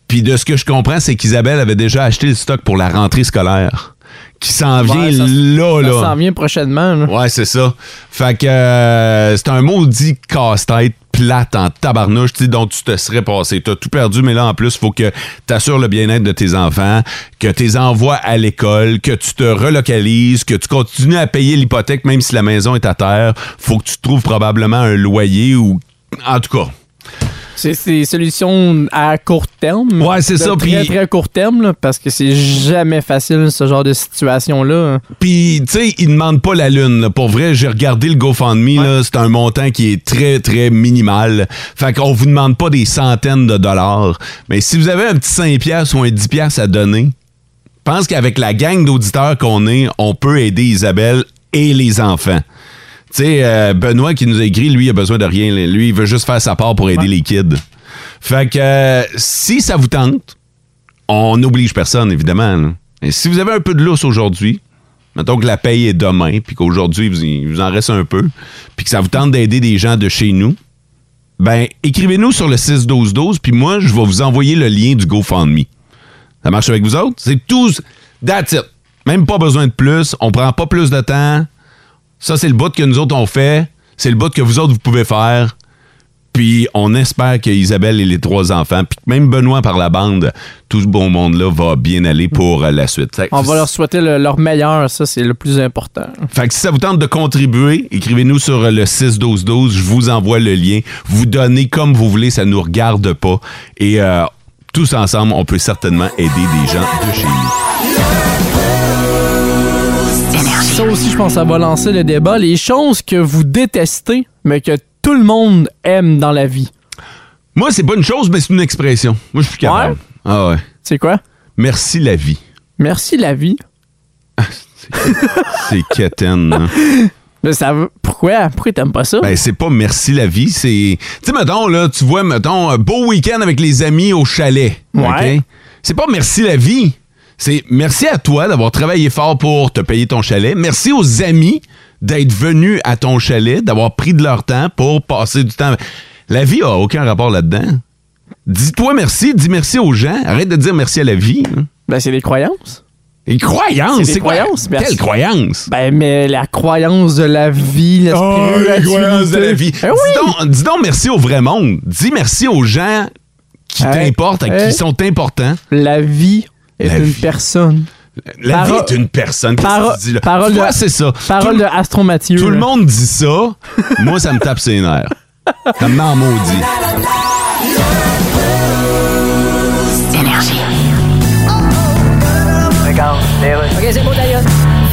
[SPEAKER 2] Puis de ce que je comprends, c'est qu'Isabelle avait déjà acheté le stock pour la rentrée scolaire qui s'en vient
[SPEAKER 3] Ouais, ça-
[SPEAKER 2] là,
[SPEAKER 3] ça
[SPEAKER 2] là.
[SPEAKER 3] s'en vient prochainement. là.
[SPEAKER 2] Ouais, c'est ça. Fait que euh, c'est un maudit casse-tête plate en tabarnouche, tu sais, dont tu te serais passé. T'as tout perdu, mais là, en plus, faut que t'assures le bien-être de tes enfants, que t'es envoies à l'école, que tu te relocalises, que tu continues à payer l'hypothèque, même si la maison est à terre. Faut que tu trouves probablement un loyer ou... En tout cas,
[SPEAKER 3] C'est c'est des solutions à court terme.
[SPEAKER 2] Ouais, c'est
[SPEAKER 3] De
[SPEAKER 2] ça,
[SPEAKER 3] Très,
[SPEAKER 2] puis-
[SPEAKER 3] très court terme, là, parce que c'est jamais facile, ce genre de situation-là.
[SPEAKER 2] Puis, tu sais, ils demandent pas la lune. là. Pour vrai, j'ai regardé le GoFundMe. là, C'est un montant qui est très, très minimal. Fait qu'on vous demande pas des centaines de dollars. Mais si vous avez un petit 5$ piastres ou un 10$ piastres à donner, je pense qu'avec la gang d'auditeurs qu'on est, on peut aider Isabelle et les enfants. Tu sais, euh, Benoît qui nous a écrit, lui, il a besoin de rien. là. Lui, il veut juste faire sa part pour aider les kids. Fait que euh, si ça vous tente, on n'oblige personne, évidemment. là. Et si vous avez un peu de lousse aujourd'hui, mettons que la paye est demain, puis qu'aujourd'hui, vous- il vous en reste un peu, puis que ça vous tente d'aider des gens de chez nous, ben écrivez-nous sur le 6-12-12, puis moi, je vais vous envoyer le lien du GoFundMe. Ça marche avec vous autres? C'est tous... That's it. Même pas besoin de plus. On prend pas plus de temps. Ça, c'est le bout que nous autres, on fait. C'est le bout que vous autres, vous pouvez faire. Puis on espère que Isabelle et les trois enfants, puis même Benoît par la bande, tout ce bon monde-là va bien aller pour euh, la suite. Fait-
[SPEAKER 3] On va leur souhaiter le- leur meilleur, ça, c'est le plus important.
[SPEAKER 2] fait que si ça vous tente de contribuer, écrivez-nous sur euh, le 6-12-12. Je vous envoie le lien. Vous donnez comme vous voulez, ça nous regarde pas. Et euh, tous ensemble, on peut certainement aider des gens de chez nous.
[SPEAKER 3] Ça aussi, je pense, ça va lancer le débat. Les choses que vous détestez, mais que tout le monde aime dans la vie.
[SPEAKER 2] Moi, c'est pas une chose, mais c'est une expression. Moi, je suis plus capable. Ah ouais.
[SPEAKER 3] C'est quoi?
[SPEAKER 2] Merci la vie.
[SPEAKER 3] Merci la vie.
[SPEAKER 2] C'est quétaine. hein.
[SPEAKER 3] Mais ça veut- Pourquoi? Pourquoi t'aimes pas ça?
[SPEAKER 2] Ben, c'est pas merci la vie, c'est. Tu sais, mettons, là, tu vois, mettons, un beau week-end avec les amis au chalet.
[SPEAKER 3] Ouais.
[SPEAKER 2] OK? C'est pas merci la vie. C'est merci à toi d'avoir travaillé fort pour te payer ton chalet. Merci aux amis d'être venus à ton chalet, d'avoir pris de leur temps pour passer du temps. La vie a aucun rapport là-dedans. Dis-toi merci, dis merci aux gens. Arrête de dire merci à la vie. hein.
[SPEAKER 3] Ben, c'est des croyances.
[SPEAKER 2] Des croyances,
[SPEAKER 3] des
[SPEAKER 2] c'est quoi?
[SPEAKER 3] croyances, merci.
[SPEAKER 2] Quelle croyance?
[SPEAKER 3] Ben, mais la croyance de la vie, la
[SPEAKER 2] Oh, les
[SPEAKER 3] spiritualité.
[SPEAKER 2] croyances de la vie.
[SPEAKER 3] Eh oui!
[SPEAKER 2] Dis, donc, dis donc merci au vrai monde. Dis merci aux gens qui
[SPEAKER 3] Hey,
[SPEAKER 2] t'importent,
[SPEAKER 3] hey.
[SPEAKER 2] qui sont importants.
[SPEAKER 3] La vie est
[SPEAKER 2] La
[SPEAKER 3] une
[SPEAKER 2] vie.
[SPEAKER 3] personne.
[SPEAKER 2] La
[SPEAKER 3] Paro-
[SPEAKER 2] vie est une personne. Qu'est-ce
[SPEAKER 3] Paro-
[SPEAKER 2] que tu dis là?
[SPEAKER 3] parole
[SPEAKER 2] Tu vois,
[SPEAKER 3] de-
[SPEAKER 2] c'est ça.
[SPEAKER 3] Parole
[SPEAKER 2] tout,
[SPEAKER 3] de Astro Mathieu.
[SPEAKER 2] tout le
[SPEAKER 3] là.
[SPEAKER 2] monde dit ça. Moi, ça me tape ses nerfs. Ça m'en maudit.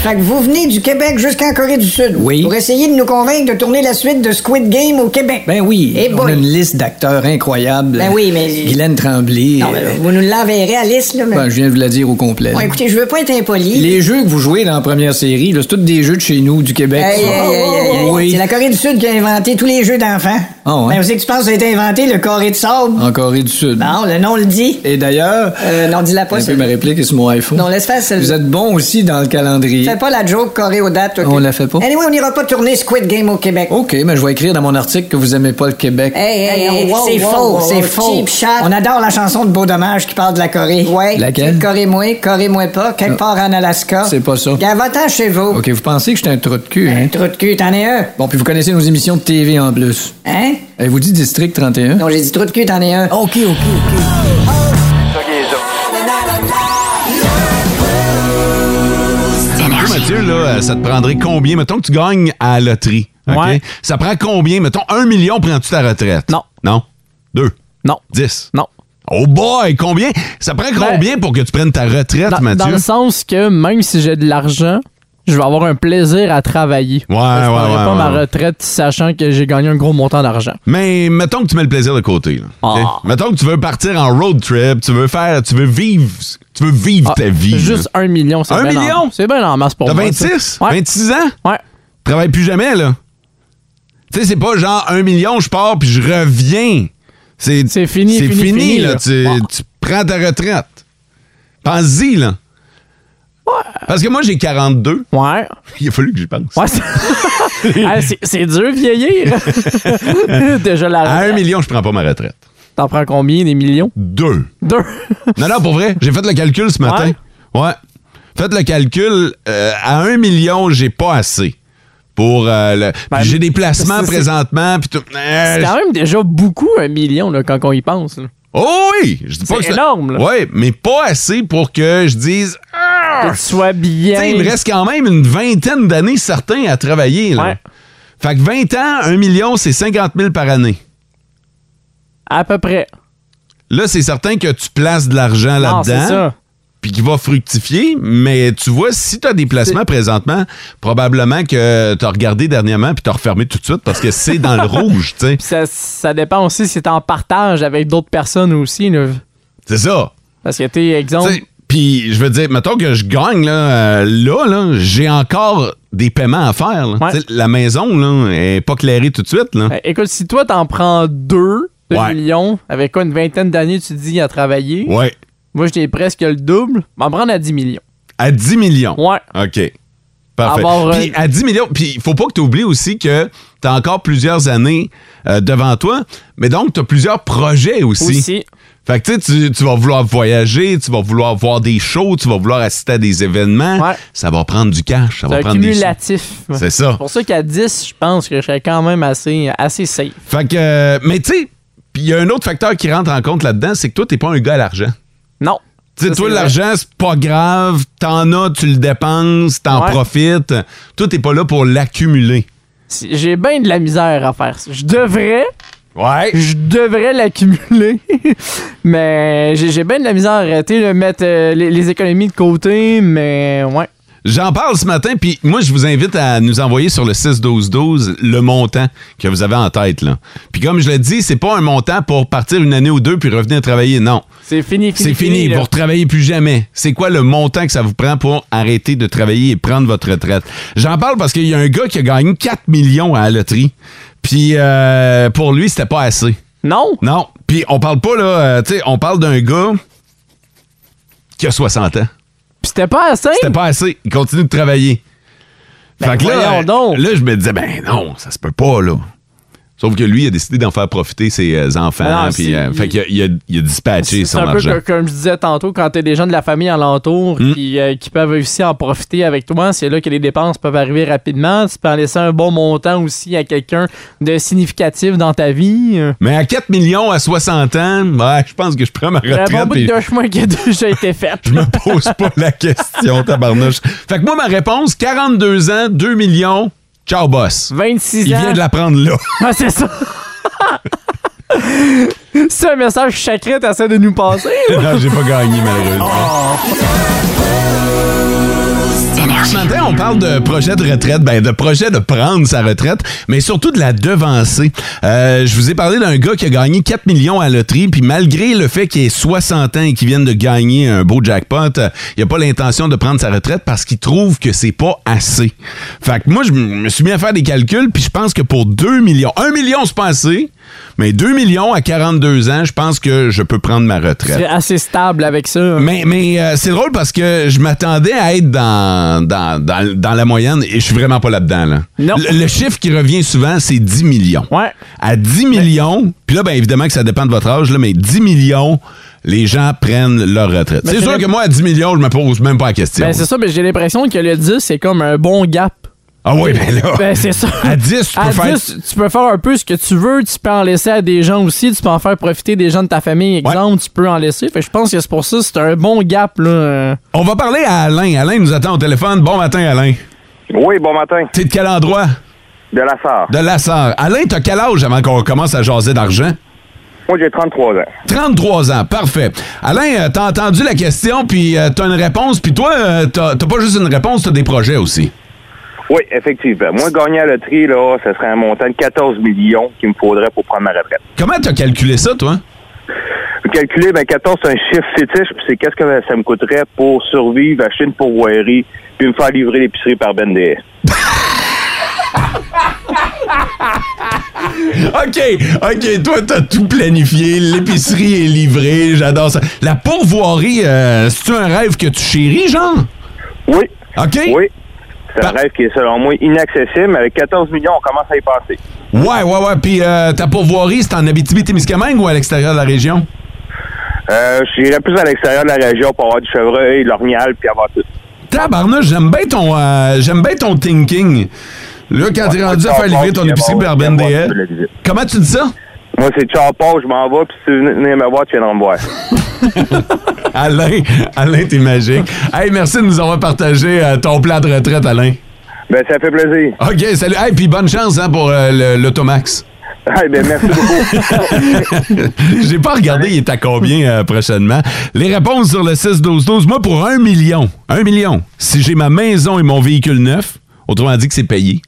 [SPEAKER 7] Fait que vous venez du Québec jusqu'en Corée du Sud.
[SPEAKER 8] Oui.
[SPEAKER 7] Pour essayer de nous convaincre de tourner la suite de Squid Game au Québec.
[SPEAKER 8] Ben oui,
[SPEAKER 7] Eh
[SPEAKER 8] on a
[SPEAKER 7] boy.
[SPEAKER 8] une liste d'acteurs incroyables.
[SPEAKER 7] Ben oui, mais-
[SPEAKER 8] Guylaine Tremblay.
[SPEAKER 7] Non, mais
[SPEAKER 8] euh,
[SPEAKER 7] vous nous l'enverrez à liste, là. mais-
[SPEAKER 8] ben, je viens de vous la dire au complet.
[SPEAKER 7] Bon, écoutez, je veux pas être impoli.
[SPEAKER 8] Euh, Les jeux que vous jouez dans la première série, là, c'est tous des jeux de chez nous, du Québec.
[SPEAKER 7] Hey, hey, hey, hey, hey.
[SPEAKER 8] Oh, Oui.
[SPEAKER 7] C'est la Corée du Sud qui a inventé tous les jeux d'enfants.
[SPEAKER 8] Ah ouais? Ah.
[SPEAKER 7] Ben, vous savez que tu penses que ça a été inventé, le carré de sable?
[SPEAKER 8] En Corée du Sud.
[SPEAKER 7] Non, le nom le dit.
[SPEAKER 8] Et d'ailleurs,
[SPEAKER 7] Euh, non, dis-la pas.
[SPEAKER 8] un peu
[SPEAKER 7] c'est-
[SPEAKER 8] ma réplique est sur mon iPhone.
[SPEAKER 7] Non, laisse faire celle
[SPEAKER 8] Vous êtes bon aussi dans le calendrier.
[SPEAKER 7] Fais pas la joke carré aux dates. ok?
[SPEAKER 8] On la fait pas? Oh.
[SPEAKER 7] Anyway, on n'ira pas tourner Squid Game au Québec.
[SPEAKER 8] OK, mais je vais écrire dans mon article que vous aimez pas le Québec.
[SPEAKER 7] Hey, hey, hey,
[SPEAKER 9] wow,
[SPEAKER 7] c'est
[SPEAKER 9] wow,
[SPEAKER 7] faux,
[SPEAKER 9] wow,
[SPEAKER 7] c'est
[SPEAKER 9] wow,
[SPEAKER 7] faux.
[SPEAKER 9] cheap shot.
[SPEAKER 7] On adore la chanson de Beau Dommage qui parle de la Corée. Ouais.
[SPEAKER 8] Laquelle? Ah.
[SPEAKER 7] Corée-moi, Corée-moi pas, quelque part en Alaska.
[SPEAKER 8] C'est pas ça.
[SPEAKER 7] Gavotant chez vous.
[SPEAKER 8] OK, vous pensez que j'étais un trou de cul, hein?
[SPEAKER 7] Un trou de cul, t'en es un.
[SPEAKER 8] Bon, puis vous connaissez nos émissions de TV en plus.
[SPEAKER 7] Hein?
[SPEAKER 8] Avez-vous dit District 31?
[SPEAKER 7] Non, j'ai dit trou de cul, t'en es un.
[SPEAKER 8] OK, OK, OK.
[SPEAKER 2] Toi, Mathieu, là, euh, ça te prendrait combien? Mettons que tu gagnes à la loterie. OK?
[SPEAKER 3] Ouais.
[SPEAKER 2] Ça prend combien? Mettons, un million prends-tu ta retraite?
[SPEAKER 3] Non.
[SPEAKER 2] Non? Deux?
[SPEAKER 3] Non.
[SPEAKER 2] Dix?
[SPEAKER 3] Non.
[SPEAKER 2] Oh boy, combien? Ça prend combien pour que tu prennes ta retraite,
[SPEAKER 3] Ben, Dans,
[SPEAKER 2] Mathieu?
[SPEAKER 3] dans le sens que même si j'ai de l'argent, je vais avoir un plaisir à travailler. je
[SPEAKER 2] Ouais, ouais,
[SPEAKER 3] prendrai
[SPEAKER 2] ouais,
[SPEAKER 3] pas
[SPEAKER 2] ouais,
[SPEAKER 3] ma
[SPEAKER 2] ouais.
[SPEAKER 3] retraite sachant que j'ai gagné un gros montant d'argent.
[SPEAKER 2] Mais mettons que tu mets le plaisir de côté. là.
[SPEAKER 3] Ah.
[SPEAKER 2] OK? Mettons que tu veux partir en road trip, tu veux faire, tu veux vivre, tu veux vivre ta
[SPEAKER 3] Ah,
[SPEAKER 2] vie.
[SPEAKER 3] Juste
[SPEAKER 2] là.
[SPEAKER 3] un million, c'est
[SPEAKER 2] Un
[SPEAKER 3] bien en-
[SPEAKER 2] million?
[SPEAKER 3] C'est bien en masse pour
[SPEAKER 2] T'as
[SPEAKER 3] moi.
[SPEAKER 2] 26?
[SPEAKER 3] ça. Ouais.
[SPEAKER 2] 26 ans?
[SPEAKER 3] Ouais.
[SPEAKER 2] Travaille plus jamais, là. Tu sais, c'est pas genre un million, je pars puis je reviens. C'est
[SPEAKER 3] C'est fini,
[SPEAKER 2] C'est
[SPEAKER 3] fini,
[SPEAKER 2] fini,
[SPEAKER 3] fini,
[SPEAKER 2] là.
[SPEAKER 3] là.
[SPEAKER 2] Tu,
[SPEAKER 3] Ah.
[SPEAKER 2] tu prends ta retraite. Pense-y, là. Parce que moi, j'ai 42.
[SPEAKER 3] Ouais.
[SPEAKER 2] Il a fallu que j'y pense.
[SPEAKER 3] Ouais, c'est- Ah, c'est c'est dur vieillir. Déjà la
[SPEAKER 2] À un
[SPEAKER 3] retraite.
[SPEAKER 2] million, je prends pas ma retraite.
[SPEAKER 3] T'en prends combien des millions?
[SPEAKER 2] Deux.
[SPEAKER 3] Deux.
[SPEAKER 2] Non, non, pour vrai, j'ai fait le calcul ce matin. Ouais. Faites le calcul, euh, à un million, j'ai pas assez. Pour euh, le- puis j'ai des placements
[SPEAKER 3] Ben, c'est- c'est-
[SPEAKER 2] présentement. puis tout. Euh,
[SPEAKER 3] C'est quand même déjà beaucoup un million là, quand on y pense. là.
[SPEAKER 2] Oh oui! Je dis pas
[SPEAKER 3] C'est
[SPEAKER 2] que
[SPEAKER 3] énorme, là.
[SPEAKER 2] Oui, mais pas assez pour que je dise. Ah!
[SPEAKER 3] Que tu sois bien.
[SPEAKER 2] Tu sais, il me reste quand même une vingtaine d'années certains à travailler. Là.
[SPEAKER 3] Ouais.
[SPEAKER 2] Fait que 20 ans, 1 million, c'est 50 000 par année.
[SPEAKER 3] À peu près.
[SPEAKER 2] Là, c'est certain que tu places de l'argent
[SPEAKER 3] Non, c'est
[SPEAKER 2] là-dedans.
[SPEAKER 3] ça.
[SPEAKER 2] Puis qu'il va fructifier, mais tu vois, si tu as des placements présentement, probablement que tu as regardé dernièrement puis tu as refermé tout de suite parce que c'est dans le rouge, tu sais.
[SPEAKER 3] Puis ça, ça dépend aussi si t'es en partage avec d'autres personnes aussi. là.
[SPEAKER 2] C'est ça.
[SPEAKER 3] Parce que t'es exemple.
[SPEAKER 2] Tu sais, Puis je veux dire, mettons que je gagne là, euh, là, là, j'ai encore des paiements à faire. là.
[SPEAKER 3] Ouais.
[SPEAKER 2] Tu sais, La maison là, est pas clairée tout de suite. Là.
[SPEAKER 3] Euh, Écoute, si toi t'en prends deux, deux
[SPEAKER 2] Ouais.
[SPEAKER 3] millions, avec quoi une vingtaine d'années tu dis à travailler,
[SPEAKER 2] Ouais.
[SPEAKER 3] moi j'ai presque le double, m'en prendre à 10 millions.
[SPEAKER 2] À 10 millions.
[SPEAKER 3] Ouais.
[SPEAKER 2] OK. Parfait.
[SPEAKER 3] Avoir, euh,
[SPEAKER 2] Puis à 10 millions, puis il faut pas que tu oublies aussi que tu as encore plusieurs années euh, devant toi, mais donc tu as plusieurs projets aussi.
[SPEAKER 3] Aussi.
[SPEAKER 2] Fait que tu sais, tu- tu vas vouloir voyager, tu vas vouloir voir des shows, tu vas vouloir assister à des événements.
[SPEAKER 3] Ouais.
[SPEAKER 2] Ça va prendre du cash, ça
[SPEAKER 3] C'est
[SPEAKER 2] va
[SPEAKER 3] un
[SPEAKER 2] prendre des sous.
[SPEAKER 3] cumulatif.
[SPEAKER 2] C'est ça.
[SPEAKER 3] pour ça qu'à 10, je pense que je serais quand même assez, assez safe.
[SPEAKER 2] Fait que, euh, mais tu sais, puis il y a un autre facteur qui rentre en compte là-dedans, c'est que toi, t'es pas un gars à l'argent.
[SPEAKER 3] Non.
[SPEAKER 2] Tu sais,
[SPEAKER 3] Ça,
[SPEAKER 2] toi,
[SPEAKER 3] c'est vrai.
[SPEAKER 2] l'argent, c'est pas grave. T'en as, tu le dépenses, t'en
[SPEAKER 3] Ouais.
[SPEAKER 2] profites. Toi, t'es pas là pour l'accumuler.
[SPEAKER 3] Si- J'ai bien de la misère à faire ça. Je devrais,
[SPEAKER 2] Ouais.
[SPEAKER 3] je devrais l'accumuler, mais j'ai j'ai bien de la misère à arrêter de mettre euh, les, les économies de côté, mais ouais.
[SPEAKER 2] J'en parle ce matin, puis moi, je vous invite à nous envoyer sur le 6-12-12 le montant que vous avez en tête. là. Puis comme je l'ai dit, c'est pas un montant pour partir une année ou deux puis revenir travailler, non.
[SPEAKER 3] C'est fini, fini.
[SPEAKER 2] C'est fini,
[SPEAKER 3] là.
[SPEAKER 2] vous ne retravaillez plus jamais. C'est quoi le montant que ça vous prend pour arrêter de travailler et prendre votre retraite? J'en parle parce qu'il y a un gars qui a gagné 4 millions à la loterie. Puis euh, pour lui, c'était pas assez.
[SPEAKER 3] Non?
[SPEAKER 2] Non. Puis on parle pas, là, euh, tu sais, on parle d'un gars qui a 60 ans.
[SPEAKER 3] Puis c'était pas assez?
[SPEAKER 2] C'était pas assez. Il continue de travailler.
[SPEAKER 3] Ben,
[SPEAKER 2] fait que là,
[SPEAKER 3] voyons donc.
[SPEAKER 2] là, je me disais, ben non, ça se peut pas, là. Sauf que lui, il a décidé d'en faire profiter ses euh,
[SPEAKER 3] Ben
[SPEAKER 2] enfants.
[SPEAKER 3] non,
[SPEAKER 2] puis,
[SPEAKER 3] c'est-
[SPEAKER 2] euh, fait qu'il a, il a- il a
[SPEAKER 3] C'est
[SPEAKER 2] dispatché son
[SPEAKER 3] un peu
[SPEAKER 2] argent. Hmm.
[SPEAKER 3] que- comme je disais tantôt, quand t'es des gens de la famille alentour qui, euh, qui peuvent aussi en profiter avec toi, c'est là que les dépenses peuvent arriver rapidement. Tu peux en laisser un bon montant aussi à quelqu'un de significatif dans ta vie. Euh,
[SPEAKER 2] Mais à 4 millions à 60 ans, ouais, je pense que je prends ma
[SPEAKER 3] Il y a un
[SPEAKER 2] retraite
[SPEAKER 3] bon bout
[SPEAKER 2] et
[SPEAKER 3] de chemin qui a déjà été fait.
[SPEAKER 2] je me pose pas la question, tabarnouche. Fait que moi, ma réponse, 42 ans, 2 millions, ciao boss.
[SPEAKER 3] 26
[SPEAKER 2] Il
[SPEAKER 3] ans.
[SPEAKER 2] vient de la prendre là.
[SPEAKER 3] Ah, c'est ça. c'est un message sacré t'essaies de nous passer. là.
[SPEAKER 2] non, j'ai pas gagné malheureusement. Ce matin, on parle de projet de retraite, ben de projet de prendre sa retraite, mais surtout de la devancer. Euh, je vous ai parlé d'un gars qui a gagné 4 millions à la loterie, puis malgré le fait qu'il ait 60 ans et qu'il vienne de gagner un beau jackpot, euh, il n'a pas l'intention de prendre sa retraite parce qu'il trouve que c'est pas assez. Fait que moi, je m- me suis mis à faire des calculs, puis je pense que pour 2 millions, 1 million, c'est pas assez, mais 2 millions à 42 ans, je pense que je peux prendre ma retraite.
[SPEAKER 3] C'est assez stable avec ça.
[SPEAKER 2] Mais, mais euh, c'est drôle parce que je m'attendais à être dans, dans, dans, dans la moyenne et je suis vraiment pas là-dedans. Là.
[SPEAKER 3] Non.
[SPEAKER 2] Le, le chiffre qui revient souvent, c'est 10 millions.
[SPEAKER 3] Ouais.
[SPEAKER 2] À 10 millions, puis là, ben, évidemment que ça dépend de votre âge, là, mais 10 millions, les gens prennent leur retraite.
[SPEAKER 3] Mais
[SPEAKER 2] C'est
[SPEAKER 3] c'est
[SPEAKER 2] sûr
[SPEAKER 3] le-
[SPEAKER 2] que moi, à 10 millions, je me pose même pas la question.
[SPEAKER 3] Ben, c'est ça, mais j'ai l'impression que le 10, c'est comme un bon gap.
[SPEAKER 2] ah oui, ben là.
[SPEAKER 3] Ben, c'est ça.
[SPEAKER 2] À 10, tu
[SPEAKER 3] À
[SPEAKER 2] peux faire.
[SPEAKER 3] 10, tu peux faire un peu ce que tu veux, tu peux en laisser à des gens aussi, tu peux en faire profiter des gens de ta famille, exemple, tu peux en laisser. Fait que je pense que c'est pour ça, c'est un bon gap, là. Euh,
[SPEAKER 2] On va parler à Alain. Alain nous attend au téléphone. Bon matin, Alain.
[SPEAKER 11] Oui, bon matin.
[SPEAKER 2] T'es de quel endroit?
[SPEAKER 11] De la Sarre.
[SPEAKER 2] De la Sarre. Alain, t'as quel âge avant qu'on commence à jaser d'argent?
[SPEAKER 11] Moi, j'ai 33 ans.
[SPEAKER 2] 33 ans, parfait. Alain, euh, t'as entendu la question, puis euh, t'as une réponse, puis toi, euh, t'as t'as pas juste une réponse, t'as des projets aussi.
[SPEAKER 11] Oui, effectivement. Moi, gagner à la loterie, là, ce serait un montant de 14 millions qu'il me faudrait pour prendre ma retraite.
[SPEAKER 2] Comment t'as calculé ça, toi?
[SPEAKER 11] J'ai calculé, ben, 14, c'est un chiffre fétiche, puis c'est qu'est-ce que ça me coûterait pour survivre, acheter une pourvoirie, puis me faire livrer l'épicerie par Ben D.S.
[SPEAKER 2] OK, OK, toi, t'as tout planifié, l'épicerie est livrée, j'adore ça. La pourvoirie, euh, c'est-tu un rêve que tu chéris, genre?
[SPEAKER 11] Oui.
[SPEAKER 2] OK?
[SPEAKER 11] Oui. C'est un
[SPEAKER 2] Par-
[SPEAKER 11] rêve qui est, selon moi, inaccessible, mais avec 14 millions, on commence à y passer.
[SPEAKER 2] Ouais, ouais, ouais, puis euh, ta pourvoirie, c'est en Abitibi-Témiscamingue ou à l'extérieur de la région?
[SPEAKER 11] Euh, j'irais plus à l'extérieur de la région pour avoir du chevreuil, l'ornial, puis avoir tout.
[SPEAKER 2] Tabarnouche, j'aime bien ton, euh, j'aime bien ton thinking. Là, quand t'es rendu à faire livrer ton épicerie par Ben DL, comment tu dis ça?
[SPEAKER 11] Moi, c'est Charpot, je m'en vais, puis si tu venez me voir, tu viendras me voir.
[SPEAKER 2] Alain, Alain, t'es magique. Hey, merci de nous avoir partagé euh, ton plan de retraite, Alain.
[SPEAKER 11] Ben, ça fait plaisir.
[SPEAKER 2] OK, salut. Hey, puis bonne chance hein, pour euh, le- l'Automax.
[SPEAKER 11] Hey, ben, merci beaucoup.
[SPEAKER 2] J'ai pas regardé, il est à combien euh, prochainement. Les réponses sur le 6-12-12, moi pour un million, un million, si j'ai ma maison et mon véhicule neuf, autrement dit que c'est payé.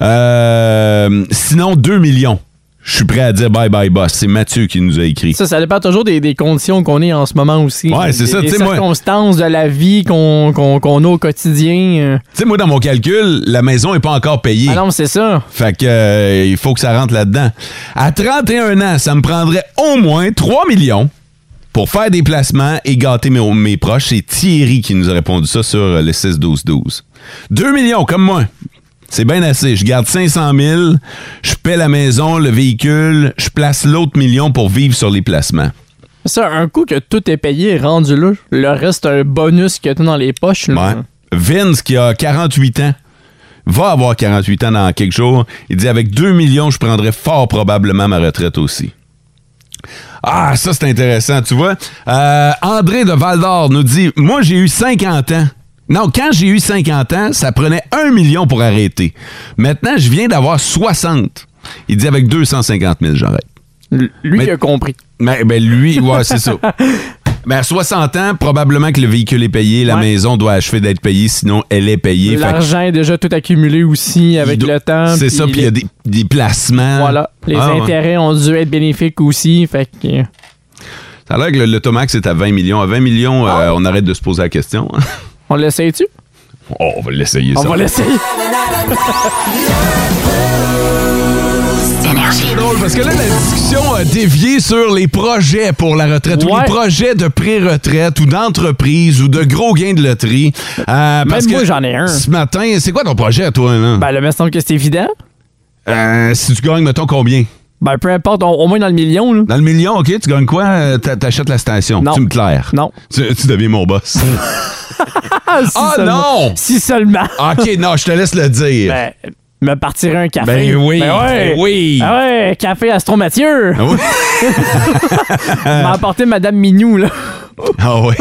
[SPEAKER 2] Euh,
[SPEAKER 3] Ouais.
[SPEAKER 2] sinon, 2 millions. Je suis prêt à dire bye bye boss. C'est Mathieu qui nous a écrit.
[SPEAKER 3] Ça, ça dépend toujours des, des conditions qu'on est en ce moment aussi.
[SPEAKER 2] Ouais, c'est
[SPEAKER 3] Des-
[SPEAKER 2] ça,
[SPEAKER 3] Des
[SPEAKER 2] tu sais, moi-
[SPEAKER 3] circonstances de la vie qu'on qu'on- qu'on a au quotidien. euh.
[SPEAKER 2] Tu sais, moi, dans mon calcul, la maison est pas encore payée.
[SPEAKER 3] Ah non, c'est ça.
[SPEAKER 2] Fait que euh, il faut que ça rentre là-dedans. À 31 ans, ça me prendrait au moins 3 millions pour faire des placements et gâter mes, mes proches. C'est Thierry qui nous a répondu ça sur euh, le 6-12-12. 2 millions, comme moi. C'est bien assez. Je garde 500 000, je paie la maison, le véhicule, je place l'autre million pour vivre sur les placements.
[SPEAKER 3] Ça, un coup que tout est payé, rendu là, le reste, un bonus que t'as dans les poches. là.
[SPEAKER 2] Vince, qui a 48 ans, va avoir 48 ans dans quelques jours. Il dit avec 2 millions, je prendrais fort probablement ma retraite aussi. Ah, ça c'est intéressant, tu vois. Euh, André de Val-d'Or nous dit Moi j'ai eu 50 ans. Non, quand j'ai eu 50 ans, ça prenait 1 million pour arrêter. Maintenant, je viens d'avoir 60. Il dit avec 250 000, j'arrête.
[SPEAKER 3] Lui, il a compris.
[SPEAKER 2] Mais, ben, lui, ouais, c'est ça. Mais à 60 ans, probablement que le véhicule est payé, la maison doit achever d'être payée, sinon elle est payée. Fait que-
[SPEAKER 3] L'argent est déjà tout accumulé aussi avec le temps.
[SPEAKER 2] C'est ça, puis il y a des, des placements.
[SPEAKER 3] Voilà. Les
[SPEAKER 2] Ah, ouais.
[SPEAKER 3] intérêts ont dû être bénéfiques aussi. Fait que.
[SPEAKER 2] Ça a l'air que le- l'automax est à 20 millions. À 20 millions,
[SPEAKER 3] Ah.
[SPEAKER 2] euh, on arrête de se poser la question. hein.
[SPEAKER 3] On l'essaye-tu?
[SPEAKER 2] Oh, on va l'essayer,
[SPEAKER 3] On
[SPEAKER 2] ça.
[SPEAKER 3] va l'essayer.
[SPEAKER 2] C'est drôle, parce que là, la discussion a dévié sur les projets pour la retraite, ou
[SPEAKER 3] Ouais.
[SPEAKER 2] les projets de pré-retraite, ou d'entreprise, ou de gros gains de loterie. Euh, parce
[SPEAKER 3] moi,
[SPEAKER 2] que
[SPEAKER 3] j'en ai un.
[SPEAKER 2] Ce matin, c'est quoi ton projet, toi, là?
[SPEAKER 3] Ben, là, il me semble que c'est évident.
[SPEAKER 2] Euh, si tu gagnes, mettons combien?
[SPEAKER 3] Ben, peu importe, au- au moins dans le million. Là.
[SPEAKER 2] Dans le million, OK, tu gagnes quoi? Euh, t'a- T'achètes la station. Tu me claires.
[SPEAKER 3] Non.
[SPEAKER 2] Tu, tu deviens mon boss.
[SPEAKER 3] Ah, si
[SPEAKER 2] Ah,
[SPEAKER 3] seulement.
[SPEAKER 2] non!
[SPEAKER 3] Si seulement.
[SPEAKER 2] OK, non, je te laisse le dire.
[SPEAKER 3] Ben, me partirait un café.
[SPEAKER 2] Ben
[SPEAKER 3] ouais.
[SPEAKER 2] oui, ben oui.
[SPEAKER 3] Ah ouais, café Astro Mathieu.
[SPEAKER 2] Ah oui.
[SPEAKER 3] M'a apporté Madame Minou, là.
[SPEAKER 2] Ah oui.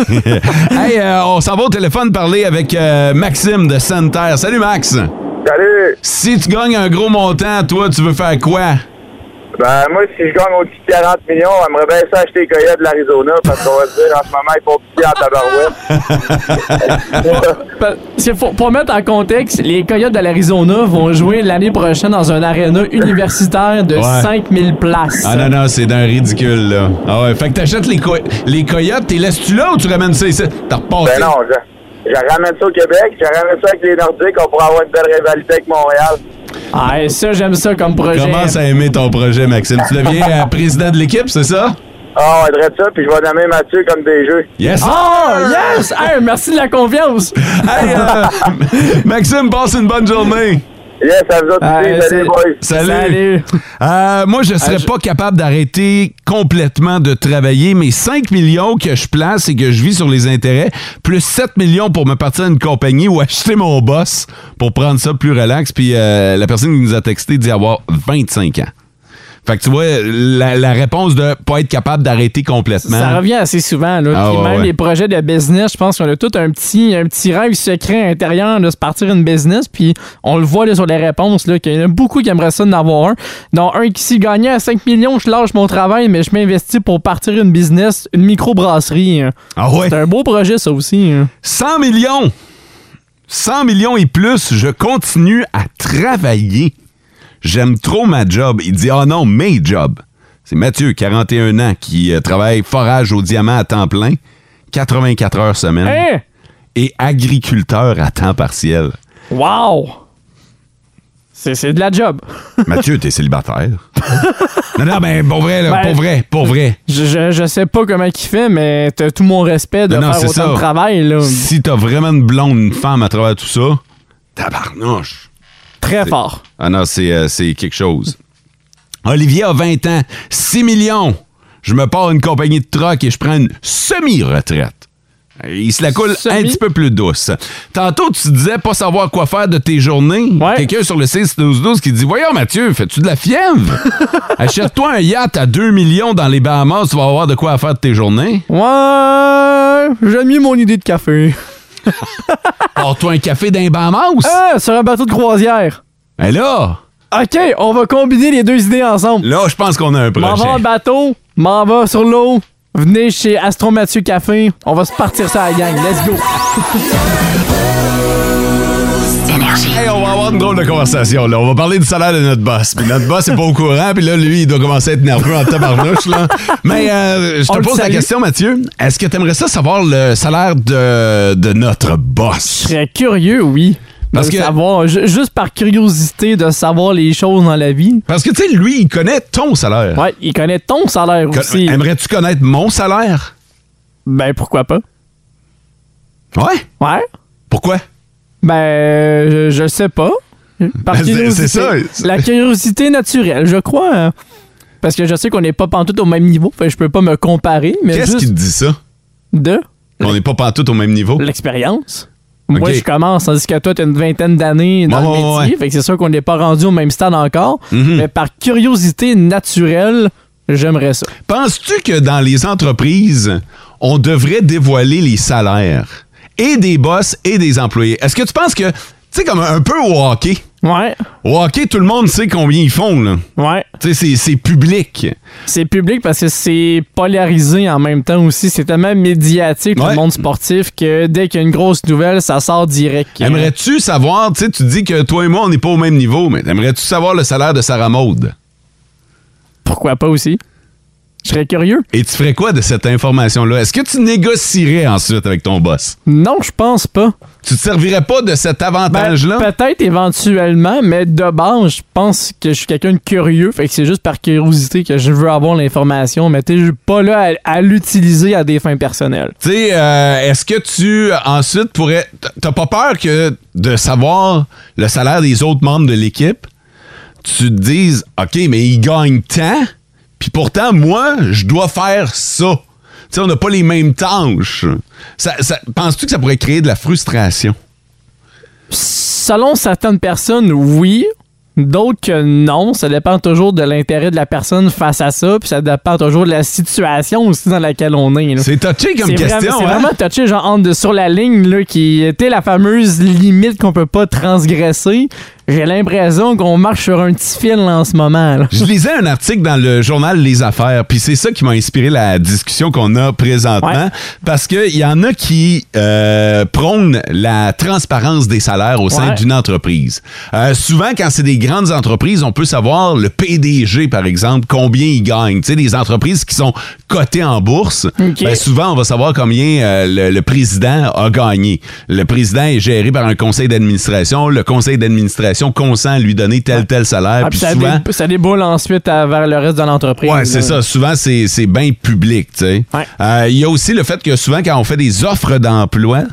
[SPEAKER 2] hey, euh, on s'en va au téléphone parler avec euh, Maxime de Santerre. Salut, Max. Salut. Si tu gagnes un gros montant, toi, tu veux faire quoi?
[SPEAKER 11] Ben, moi, si je gagne au-dessus de 40 millions, j'aimerais bien ça acheter les Coyotes de l'Arizona, parce qu'on va se dire, en ce moment, ils font piquer en tabarouette.
[SPEAKER 3] Parce que pour, pour mettre en contexte, les Coyotes de l'Arizona vont jouer l'année prochaine dans un aréna universitaire de
[SPEAKER 2] Ouais.
[SPEAKER 3] 5000 places.
[SPEAKER 2] Ah non, non, c'est d'un ridicule, là. Ah ouais, fait que t'achètes les, co- les coyotes, t'es laisses-tu là ou tu ramènes ça ici? T'as repassé.
[SPEAKER 11] ben non, je, je ramène ça au Québec, je ramène ça avec les Nordiques, on pourra avoir une belle rivalité avec Montréal.
[SPEAKER 3] Ah, et ça, j'aime ça comme projet.
[SPEAKER 2] Commence à aimer ton projet, Maxime. Tu deviens euh, président de l'équipe, c'est ça?
[SPEAKER 11] Ah, on aiderait ça, puis je vais nommer Mathieu comme des jeux.
[SPEAKER 2] Yes!
[SPEAKER 3] Oh, yes! Hey, merci de la confiance!
[SPEAKER 2] Hey, euh, Maxime, passe une bonne journée.
[SPEAKER 11] Yes, à vous Ben autres
[SPEAKER 3] Ah, aussi. Salut, c'est- boys.
[SPEAKER 2] Salut.
[SPEAKER 3] Salut.
[SPEAKER 2] Euh, moi, je
[SPEAKER 3] Ah,
[SPEAKER 2] serais pas capable d'arrêter complètement de travailler, mais 5 millions que je place et que je vis sur les intérêts, plus 7 millions pour me partir d'une compagnie ou acheter mon boss pour prendre ça plus relax. Puis euh, la personne qui nous a texté dit avoir 25 ans. Fait que tu vois, la, la réponse de pas être capable d'arrêter complètement.
[SPEAKER 3] Ça revient assez souvent. Là.
[SPEAKER 2] Hein? Ah,
[SPEAKER 3] Puis
[SPEAKER 2] ouais,
[SPEAKER 3] même
[SPEAKER 2] ouais.
[SPEAKER 3] les projets de business, je pense qu'on a tout un petit, un petit rêve secret intérieur de se partir une business. Puis on le voit là, sur les réponses là, qu'il y en a beaucoup qui aimeraient ça d'en avoir un. Dont un qui, s'il gagnait à 5 millions, je lâche mon travail, mais je m'investis pour partir une business, une microbrasserie. hein.
[SPEAKER 2] Ah ouais?
[SPEAKER 3] C'est un beau projet, ça aussi. hein.
[SPEAKER 2] 100 millions! 100 millions et plus, je continue à travailler. J'aime trop ma job. Il dit Ah non, mes jobs. C'est Mathieu, 41 ans, qui euh, travaille forage au diamant à temps plein, 84 heures semaine,
[SPEAKER 3] Hein?
[SPEAKER 2] et agriculteur à temps partiel.
[SPEAKER 3] Wow! C'est c'est de la job.
[SPEAKER 2] Mathieu, t'es célibataire. non, non, mais pour vrai, là,
[SPEAKER 3] Ben,
[SPEAKER 2] pour vrai, pour vrai.
[SPEAKER 3] Je, je, je sais pas comment il fait, mais t'as tout mon respect de
[SPEAKER 2] Ben Non, non,
[SPEAKER 3] faire
[SPEAKER 2] c'est
[SPEAKER 3] autant
[SPEAKER 2] ça.
[SPEAKER 3] de travail. Là.
[SPEAKER 2] Si t'as vraiment une blonde, une femme à travers tout ça, tabarnouche.
[SPEAKER 3] Très fort.
[SPEAKER 2] Ah non, c'est euh, c'est quelque chose. Olivier a 20 ans, 6 millions. Je me pars une compagnie de troc et je prends une semi-retraite. Euh, Il se la coule un petit peu plus douce. Tantôt, tu disais pas savoir quoi faire de tes journées. Quelqu'un sur le 6-12-12 qui dit Voyons, Mathieu, fais-tu de la fièvre Achète-toi un yacht à 2 millions dans les Bahamas, tu vas avoir de quoi faire de tes journées.
[SPEAKER 3] Ouais, j'aime mieux mon idée de café.
[SPEAKER 2] Or, toi un café d'un Bahamas
[SPEAKER 3] Ah, sur un bateau de croisière.
[SPEAKER 2] Mais là,
[SPEAKER 3] OK, on va combiner les deux idées ensemble.
[SPEAKER 2] là, je pense qu'on a un
[SPEAKER 3] M'en va en
[SPEAKER 2] projet.
[SPEAKER 3] bateau, m'en va sur l'eau. Venez chez Astro Mathieu Café. On va se partir ça à la gang. Let's go.
[SPEAKER 2] Hey, on va avoir une drôle de conversation, là. On va parler du salaire de notre boss. Puis notre boss est pas au courant, puis là, lui, il doit commencer à être nerveux en tabarnouche, là. Mais euh, je
[SPEAKER 3] On
[SPEAKER 2] te
[SPEAKER 3] le
[SPEAKER 2] pose la
[SPEAKER 3] salue.
[SPEAKER 2] question, Mathieu. Est-ce que t'aimerais ça savoir le salaire de, de notre boss?
[SPEAKER 3] Je serais curieux, oui. de
[SPEAKER 2] Parce
[SPEAKER 3] le
[SPEAKER 2] que-
[SPEAKER 3] savoir, ju- juste par curiosité de savoir les choses dans la vie.
[SPEAKER 2] Parce que, tu sais, lui, il connaît ton salaire.
[SPEAKER 3] Ouais, il connaît ton salaire
[SPEAKER 2] Co-
[SPEAKER 3] aussi.
[SPEAKER 2] Aimerais-tu connaître mon salaire?
[SPEAKER 3] Ben pourquoi pas?
[SPEAKER 2] Ouais.
[SPEAKER 3] Ouais. Euh,
[SPEAKER 2] Pourquoi?
[SPEAKER 3] Ben je, je sais pas. Par
[SPEAKER 2] Ben, c'est-
[SPEAKER 3] curiosité.
[SPEAKER 2] c'est ça, c'est-
[SPEAKER 3] La curiosité naturelle, je crois. hein. Parce que je sais qu'on n'est pas pantoute au même niveau, fait que je peux pas me comparer, mais
[SPEAKER 2] Qu'est-ce qui
[SPEAKER 3] juste
[SPEAKER 2] te dit ça?
[SPEAKER 3] de
[SPEAKER 2] On n'est pas pantoute au même niveau.
[SPEAKER 3] l'expérience.
[SPEAKER 2] Ok.
[SPEAKER 3] Moi, je commence, tandis que toi, t'as une vingtaine d'années dans
[SPEAKER 2] Ouais,
[SPEAKER 3] le
[SPEAKER 2] ouais,
[SPEAKER 3] métier,
[SPEAKER 2] ouais.
[SPEAKER 3] fait que c'est sûr qu'on n'est pas rendu au même stade encore.
[SPEAKER 2] Mhm.
[SPEAKER 3] Mais par curiosité naturelle, j'aimerais ça.
[SPEAKER 2] Penses-tu que dans les entreprises, on devrait dévoiler les salaires et des boss et des employés? Est-ce que tu penses que, tu sais, comme un peu au hockey,
[SPEAKER 3] Ouais,
[SPEAKER 2] au hockey, tout le monde sait combien ils font, là.
[SPEAKER 3] ouais.
[SPEAKER 2] Tu sais, c'est- c'est public.
[SPEAKER 3] C'est public parce que c'est polarisé en même temps aussi. C'est tellement médiatique,
[SPEAKER 2] Ouais.
[SPEAKER 3] le monde sportif, que dès qu'il y a une grosse nouvelle, ça sort direct. Euh,
[SPEAKER 2] Aimerais-tu savoir, tu sais, tu dis que toi et moi, on n'est pas au même niveau, mais aimerais-tu savoir le salaire de Sarah Maud?
[SPEAKER 3] Pourquoi pas aussi? Je serais curieux.
[SPEAKER 2] Et tu ferais quoi de cette information-là? Est-ce que tu négocierais ensuite avec ton boss?
[SPEAKER 3] Non, je pense pas.
[SPEAKER 2] Tu te servirais pas de cet
[SPEAKER 3] Ben,
[SPEAKER 2] avantage-là?
[SPEAKER 3] Peut-être éventuellement, mais de base, je pense que je suis quelqu'un de curieux. Fait que c'est juste par curiosité que je veux avoir l'information, mais t'es pas là à, à l'utiliser à des fins personnelles.
[SPEAKER 2] Tu sais, euh, est-ce que tu euh, ensuite pourrais. t- T'as pas peur que de savoir le salaire des autres membres de l'équipe, tu te dises, OK, mais ils gagnent tant, puis pourtant, moi, je dois faire ça. Tu sais, on n'a pas les mêmes tâches. Ça, ça- Penses-tu que ça pourrait créer de la frustration?
[SPEAKER 3] Selon certaines personnes, oui. D'autres que non. Ça dépend toujours de l'intérêt de la personne face à ça. Puis ça dépend toujours de la situation aussi dans laquelle on est. là.
[SPEAKER 2] C'est touché comme
[SPEAKER 3] C'est vraiment-
[SPEAKER 2] question,
[SPEAKER 3] c'est
[SPEAKER 2] hein?
[SPEAKER 3] vraiment touché, genre entre de- sur la ligne, là, qui était la fameuse limite qu'on peut pas transgresser. J'ai l'impression qu'on marche sur un petit fil en ce moment. là.
[SPEAKER 2] Je lisais un article dans le journal Les Affaires, puis c'est ça qui m'a inspiré la discussion qu'on a présentement,
[SPEAKER 3] Ouais.
[SPEAKER 2] parce qu'il y en a qui euh, prônent la transparence des salaires au sein
[SPEAKER 3] Ouais.
[SPEAKER 2] d'une entreprise. Euh, souvent, quand c'est des grandes entreprises, on peut savoir le PDG, par exemple, combien il gagne. Tu sais, des entreprises qui sont cotées en bourse,
[SPEAKER 3] Ok.
[SPEAKER 2] ben, souvent, on va savoir combien euh, le, le président a gagné. Le président est géré par un conseil d'administration. Le conseil d'administration consent à lui donner tel, tel salaire.
[SPEAKER 3] Ah, puis
[SPEAKER 2] puis
[SPEAKER 3] ça,
[SPEAKER 2] souvent,
[SPEAKER 3] dé- ça déboule ensuite à- vers le reste de l'entreprise.
[SPEAKER 2] Ouais, c'est
[SPEAKER 3] là.
[SPEAKER 2] ça. Souvent, c'est, c'est bien public, tu sais. Euh,
[SPEAKER 3] Ouais.
[SPEAKER 2] Il y a aussi le fait que souvent, quand on fait des offres d'emploi,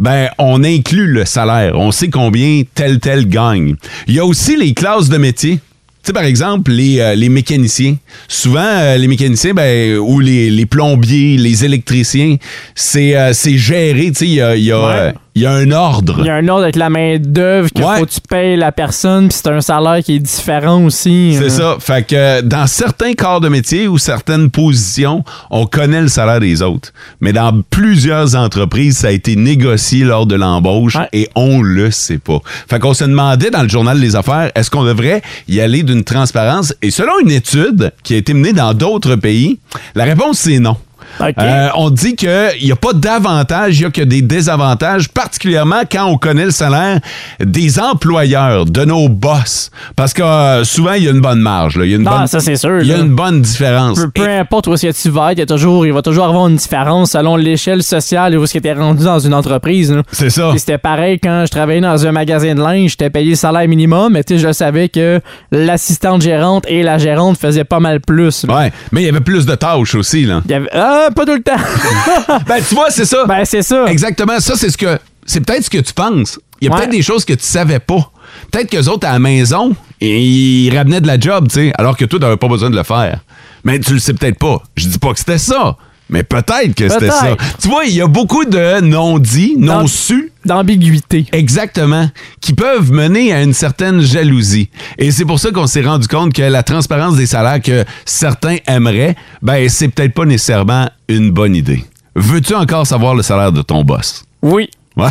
[SPEAKER 2] ben, on inclut le salaire. On sait combien tel, tel gagne. Il y a aussi les classes de métier. Tu sais, par exemple, les, euh, les mécaniciens. Souvent, euh, les mécaniciens, ben, ou les, les plombiers, les électriciens, c'est, euh, c'est géré, tu sais, il y a, il y a,
[SPEAKER 3] Ouais.
[SPEAKER 2] euh, il y a un ordre.
[SPEAKER 3] Il y a un ordre avec la main d'œuvre qu'il
[SPEAKER 2] Ouais.
[SPEAKER 3] faut que tu payes la personne, puis c'est un salaire qui est différent aussi.
[SPEAKER 2] C'est
[SPEAKER 3] hein.
[SPEAKER 2] ça. Fait que euh, dans certains corps de métier ou certaines positions, on connaît le salaire des autres. Mais dans plusieurs entreprises, ça a été négocié lors de l'embauche
[SPEAKER 3] Ouais.
[SPEAKER 2] et on le sait pas. Fait qu'on se demandait dans le journal Les Affaires, est-ce qu'on devrait y aller d'une transparence? Et selon une étude qui a été menée dans d'autres pays, la réponse c'est non.
[SPEAKER 3] OK.
[SPEAKER 2] Euh, on dit qu'il n'y a pas d'avantages, il n'y a que des désavantages, particulièrement quand on connaît le salaire des employeurs, de nos boss. Parce que euh, souvent, il y a une bonne marge. là. Il y a une
[SPEAKER 3] Ah,
[SPEAKER 2] bonne,
[SPEAKER 3] ça, c'est sûr,
[SPEAKER 2] Il y a
[SPEAKER 3] là.
[SPEAKER 2] une bonne différence.
[SPEAKER 3] peu, peu
[SPEAKER 2] Et-
[SPEAKER 3] importe où est-ce que tu vas être, il, y a toujours, il va toujours avoir une différence selon l'échelle sociale et où est-ce que tu es rendu dans une entreprise. là.
[SPEAKER 2] c'est ça.
[SPEAKER 3] Puis c'était pareil quand je travaillais dans un magasin de linge, j'étais payé le salaire minimum, mais tu sais, je savais que l'assistante gérante et la gérante faisaient pas mal plus. là.
[SPEAKER 2] Ouais. Mais il y avait plus de tâches aussi. Là.
[SPEAKER 3] Il y avait- Ah, pas tout le temps!
[SPEAKER 2] Ben, tu vois, c'est ça.
[SPEAKER 3] Ah. ben, c'est ça.
[SPEAKER 2] Exactement. Ça, c'est ce que. C'est peut-être ce que tu penses. Il y a
[SPEAKER 3] Ouais.
[SPEAKER 2] peut-être des choses que tu savais pas. Peut-être qu'eux autres, à la maison, ils ramenaient de la job, tu sais, alors que toi, t'avais pas besoin de le faire. Mais tu le sais peut-être pas. Je dis pas que c'était ça. Mais peut-être que c'était
[SPEAKER 3] Peut-être.
[SPEAKER 2] ça. Tu vois, il y a beaucoup de non-dits, non-sus.
[SPEAKER 3] D'ambiguïté.
[SPEAKER 2] Exactement. Qui peuvent mener à une certaine jalousie. Et c'est pour ça qu'on s'est rendu compte que la transparence des salaires que certains aimeraient, ben, c'est peut-être pas nécessairement une bonne idée. Veux-tu encore savoir le salaire de ton boss?
[SPEAKER 3] Oui.
[SPEAKER 2] Ouais.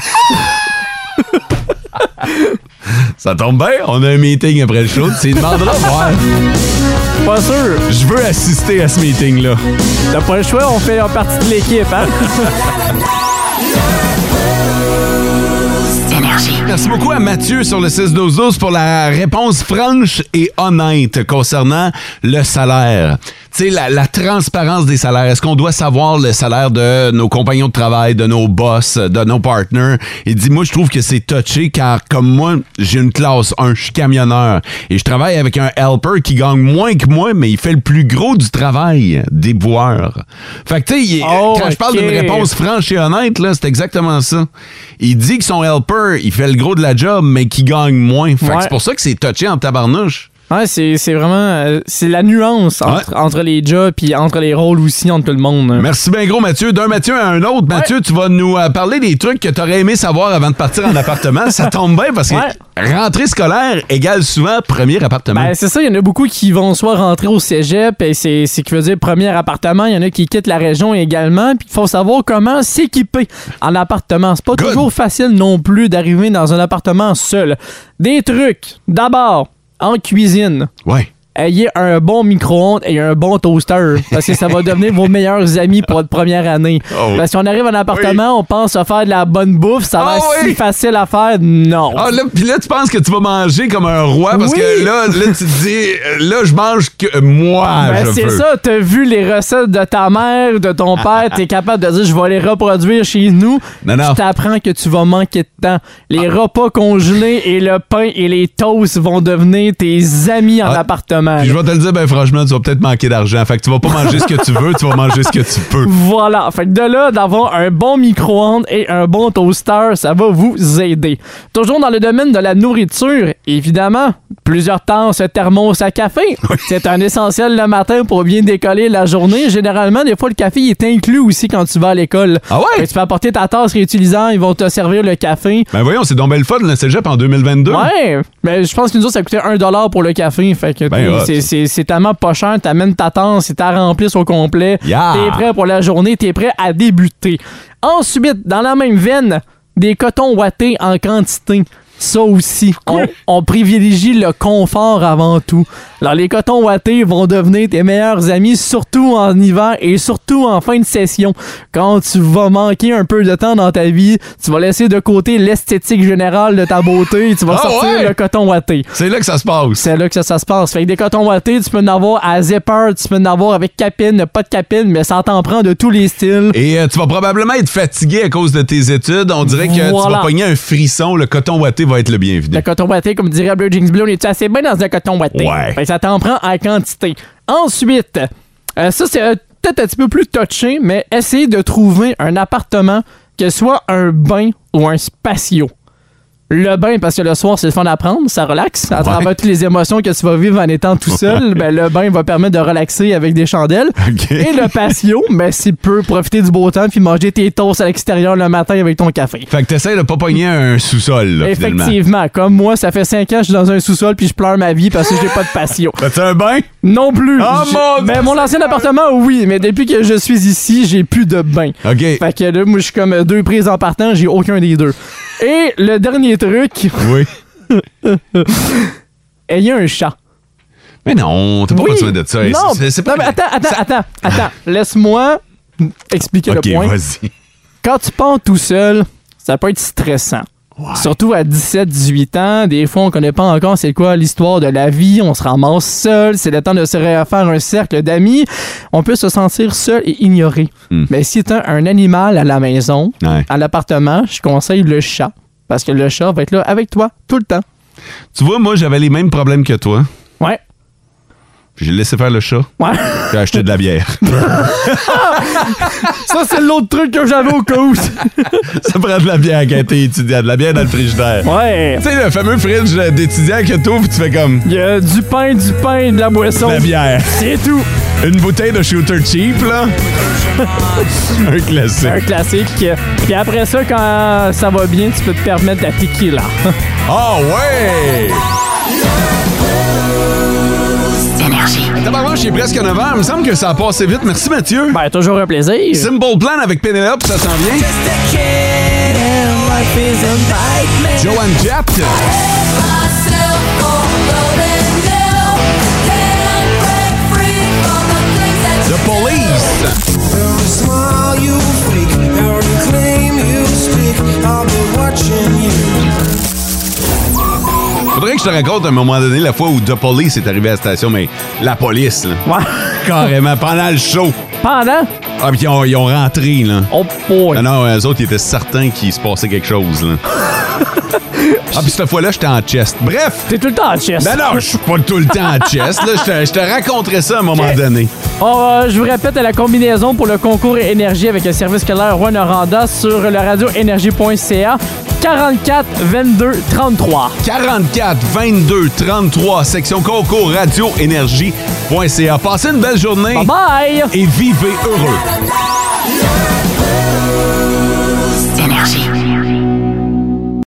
[SPEAKER 2] ça tombe bien, on a un meeting après le show, tu y demanderas, ouais.
[SPEAKER 3] Pas sûr.
[SPEAKER 2] Je veux assister à ce meeting-là.
[SPEAKER 3] T'as pas le choix, on fait partie de l'équipe, hein?
[SPEAKER 2] Merci beaucoup à Mathieu sur le 6-12-12 pour la réponse franche et honnête concernant le salaire. Tu sais, la, la transparence des salaires. Est-ce qu'on doit savoir le salaire de nos compagnons de travail, de nos boss, de nos partners? Il dit, moi, je trouve que c'est touché car, comme moi, j'ai une classe 1, je suis camionneur et je travaille avec un helper qui gagne moins que moi, mais il fait le plus gros du travail des boueurs. Fait que, tu sais, il-
[SPEAKER 3] Oh,
[SPEAKER 2] quand je parle d'une
[SPEAKER 3] ok.
[SPEAKER 2] réponse franche et honnête, là, c'est exactement ça. Il dit que son helper, il fait le gros de la job, mais qu'il gagne moins. Fait que
[SPEAKER 3] Ouais.
[SPEAKER 2] c'est pour ça que c'est touché en tabarnouche.
[SPEAKER 3] Ouais, c'est c'est vraiment. euh, c'est la nuance entre, entre les jobs puis entre les rôles aussi, entre tout le monde. hein.
[SPEAKER 2] Merci bien gros, Mathieu. D'un Mathieu à un autre. Mathieu, tu vas nous euh, parler des trucs que t'aurais aimé savoir avant de partir en appartement. Ça tombe bien parce que rentrée scolaire égale souvent premier appartement.
[SPEAKER 3] Ben, c'est ça, il y en a beaucoup qui vont soit rentrer au cégep, et c'est ce qui veut dire premier appartement. Il y en a qui quittent la région également, puis il faut savoir comment s'équiper en appartement. C'est pas toujours facile non plus d'arriver dans un appartement seul. Des trucs. D'abord, en cuisine.
[SPEAKER 2] Ouais.
[SPEAKER 3] Ayez un bon micro-ondes et un bon toaster. Parce que ça va devenir vos meilleurs amis pour votre première année.
[SPEAKER 2] Oh.
[SPEAKER 3] Parce qu'on arrive en appartement, on pense à faire de la bonne bouffe, ça va
[SPEAKER 2] Ah
[SPEAKER 3] être
[SPEAKER 2] oui.
[SPEAKER 3] si facile à faire. Non.
[SPEAKER 2] Ah, là, puis là, tu penses que tu vas manger comme un roi parce
[SPEAKER 3] Oui.
[SPEAKER 2] que là, là, tu te dis, euh, là, je mange que moi.
[SPEAKER 3] Ben,
[SPEAKER 2] je
[SPEAKER 3] c'est
[SPEAKER 2] veux.
[SPEAKER 3] ça, t'as vu les recettes de ta mère, de ton père, t'es capable de dire je vais les reproduire chez nous.
[SPEAKER 2] Non, Ah. non.
[SPEAKER 3] Tu t'apprends que tu vas manquer de temps. Les repas congelés et le pain et les toasts vont devenir tes amis en appartement.
[SPEAKER 2] Ah, Puis je vais te le dire, ben franchement, tu vas peut-être manquer d'argent. Fait que tu vas pas manger ce que tu veux, tu vas manger ce que tu peux.
[SPEAKER 3] Voilà. Fait que de là, d'avoir un bon micro-ondes et un bon toaster, ça va vous aider. Toujours dans le domaine de la nourriture, évidemment, plusieurs temps ce thermos à café. C'est un essentiel le matin pour bien décoller la journée. Généralement, des fois, le café il est inclus aussi quand tu vas à l'école.
[SPEAKER 2] Ah ouais?
[SPEAKER 3] Fait que tu peux apporter ta tasse réutilisant, ils vont te servir le café.
[SPEAKER 2] Ben voyons, c'est donc belle fun le cégep en 2022.
[SPEAKER 3] Ouais, mais je pense que nous autres, ça coûtait 1$ pour le café. Fait que
[SPEAKER 2] Ben,
[SPEAKER 3] t'es-
[SPEAKER 2] hot.
[SPEAKER 3] c'est- c'est c'est tellement pas cher. T'amènes ta tente, c'est ta remplisse au complet.
[SPEAKER 2] Yeah.
[SPEAKER 3] T'es prêt pour la journée, t'es prêt à débuter. Ensuite, dans la même veine, des cotons ouatés en quantité. Ça aussi, on, on privilégie le confort avant tout. Alors, les cotons ouatés vont devenir tes meilleurs amis, surtout en hiver et surtout en fin de session. Quand tu vas manquer un peu de temps dans ta vie, tu vas laisser de côté l'esthétique générale de ta beauté et tu vas
[SPEAKER 2] Ah
[SPEAKER 3] sortir
[SPEAKER 2] ouais?
[SPEAKER 3] le coton ouaté.
[SPEAKER 2] C'est là que ça se passe.
[SPEAKER 3] C'est là que ça, ça se passe. Fait que des cotons ouatés, tu peux en avoir à zipper, tu peux en avoir avec capine, pas de capine, mais ça t'en prend de tous les styles.
[SPEAKER 2] Et euh, tu vas probablement être fatigué à cause de tes études. On dirait que tu
[SPEAKER 3] Voilà.
[SPEAKER 2] vas pogner un frisson. Le coton ouaté va être le bienvenu.
[SPEAKER 3] Le coton ouaté, comme dirait Blue Jeans Blue, on est assez bien dans le coton ouaté.
[SPEAKER 2] Ouais.
[SPEAKER 3] Fait que ça t'en prend en quantité. Ensuite, euh, ça c'est euh, peut-être un petit peu plus touché, mais essayez de trouver un appartement que soit un bain ou un spatio. Le bain, parce que le soir, c'est le fun à prendre, ça relaxe. À travers toutes les émotions que tu vas vivre en étant tout seul, ben, le bain va permettre de relaxer avec des chandelles.
[SPEAKER 2] OK.
[SPEAKER 3] Et le patio, ben, c'est peu profiter du beau temps puis manger tes toasts à l'extérieur le matin avec ton café.
[SPEAKER 2] Fait que t'essayes de pas pogner un sous-sol, là, finalement.
[SPEAKER 3] Effectivement, comme moi, ça fait 5 ans que je suis dans un sous-sol puis je pleure ma vie parce que j'ai pas de patio.
[SPEAKER 2] T'as-tu un bain?
[SPEAKER 3] Non plus.
[SPEAKER 2] Oh,
[SPEAKER 3] J'ai-
[SPEAKER 2] mon Dieu!
[SPEAKER 3] ben, mon ancien appartement, oui, mais depuis que je suis ici, j'ai plus de bain.
[SPEAKER 2] OK.
[SPEAKER 3] Fait que là, moi, je suis comme deux prises en partant, j'ai aucun des deux. Et le dernier truc,
[SPEAKER 2] Oui.
[SPEAKER 3] ayez un chat.
[SPEAKER 2] Mais non, t'as pas
[SPEAKER 3] Oui.
[SPEAKER 2] besoin de ça.
[SPEAKER 3] Non,
[SPEAKER 2] C'est- c'est- c'est pas
[SPEAKER 3] non, mais attends, attends, attends, attends. Laisse-moi expliquer
[SPEAKER 2] OK,
[SPEAKER 3] le point.
[SPEAKER 2] vas-y.
[SPEAKER 3] quand tu pars tout seul, ça peut être stressant. Surtout à 17-18 ans, des fois on connaît pas encore c'est quoi l'histoire de la vie, on se ramasse seul, c'est le temps de se refaire un cercle d'amis, on peut se sentir seul et ignoré. Mais si tu as un animal à la maison,
[SPEAKER 2] Ouais.
[SPEAKER 3] à l'appartement, je conseille le chat. Parce que le chat va être là avec toi tout le temps.
[SPEAKER 2] Tu vois, moi, j'avais les mêmes problèmes que toi.
[SPEAKER 3] Ouais.
[SPEAKER 2] Puis J'ai laissé faire le chat.
[SPEAKER 3] Ouais.
[SPEAKER 2] J'ai acheté de la bière.
[SPEAKER 3] Ça, c'est l'autre truc que j'avais au cas où.
[SPEAKER 2] ça prend de la bière quand t'es étudiant, de la bière dans le frigidaire.
[SPEAKER 3] Ouais.
[SPEAKER 2] Tu sais, le fameux fridge d'étudiant que t'ouvres, tu fais comme Oh.
[SPEAKER 3] Il y a du pain, du pain, de la boisson.
[SPEAKER 2] de la bière.
[SPEAKER 3] C'est tout.
[SPEAKER 2] Une bouteille de shooter cheap, là. un classique.
[SPEAKER 3] Un classique. Puis après ça, quand ça va bien, tu peux te permettre la tequila.
[SPEAKER 2] Ah ouais!
[SPEAKER 5] Énergie.
[SPEAKER 2] Tabarnak, j'ai presque 9 ans. Il me semble que ça a passé vite. Merci, Mathieu.
[SPEAKER 3] Ben, toujours un plaisir.
[SPEAKER 2] Simple Plan avec Penelope, ça s'en vient. Joanne Jett. The Police. Faudrait que je te raconte à un moment donné la fois où The Police est arrivé à la station, mais la police, là. Carrément, pendant le show.
[SPEAKER 3] Pendant?
[SPEAKER 2] Ah, puis ils ont, ils ont rentré, là.
[SPEAKER 3] Oh, boy.
[SPEAKER 2] Non, non, eux autres, ils étaient certains qu'il se passait quelque chose, là. ah, puis cette fois-là, j'étais en chest. Bref!
[SPEAKER 3] T'es tout le temps en chest.
[SPEAKER 2] Ben non, je suis pas tout le temps en chest, là. Je te- Je te raconterai ça à un moment donné.
[SPEAKER 3] Oh, euh, je vous répète la combinaison pour le concours énergie avec le service scolaire Juan Oranda sur le radioénergie.ca 44 22 33.
[SPEAKER 2] 44 22 33 section concours radioénergie.ca. Passez une belle journée.
[SPEAKER 3] Bye bye!
[SPEAKER 2] Et vivez heureux.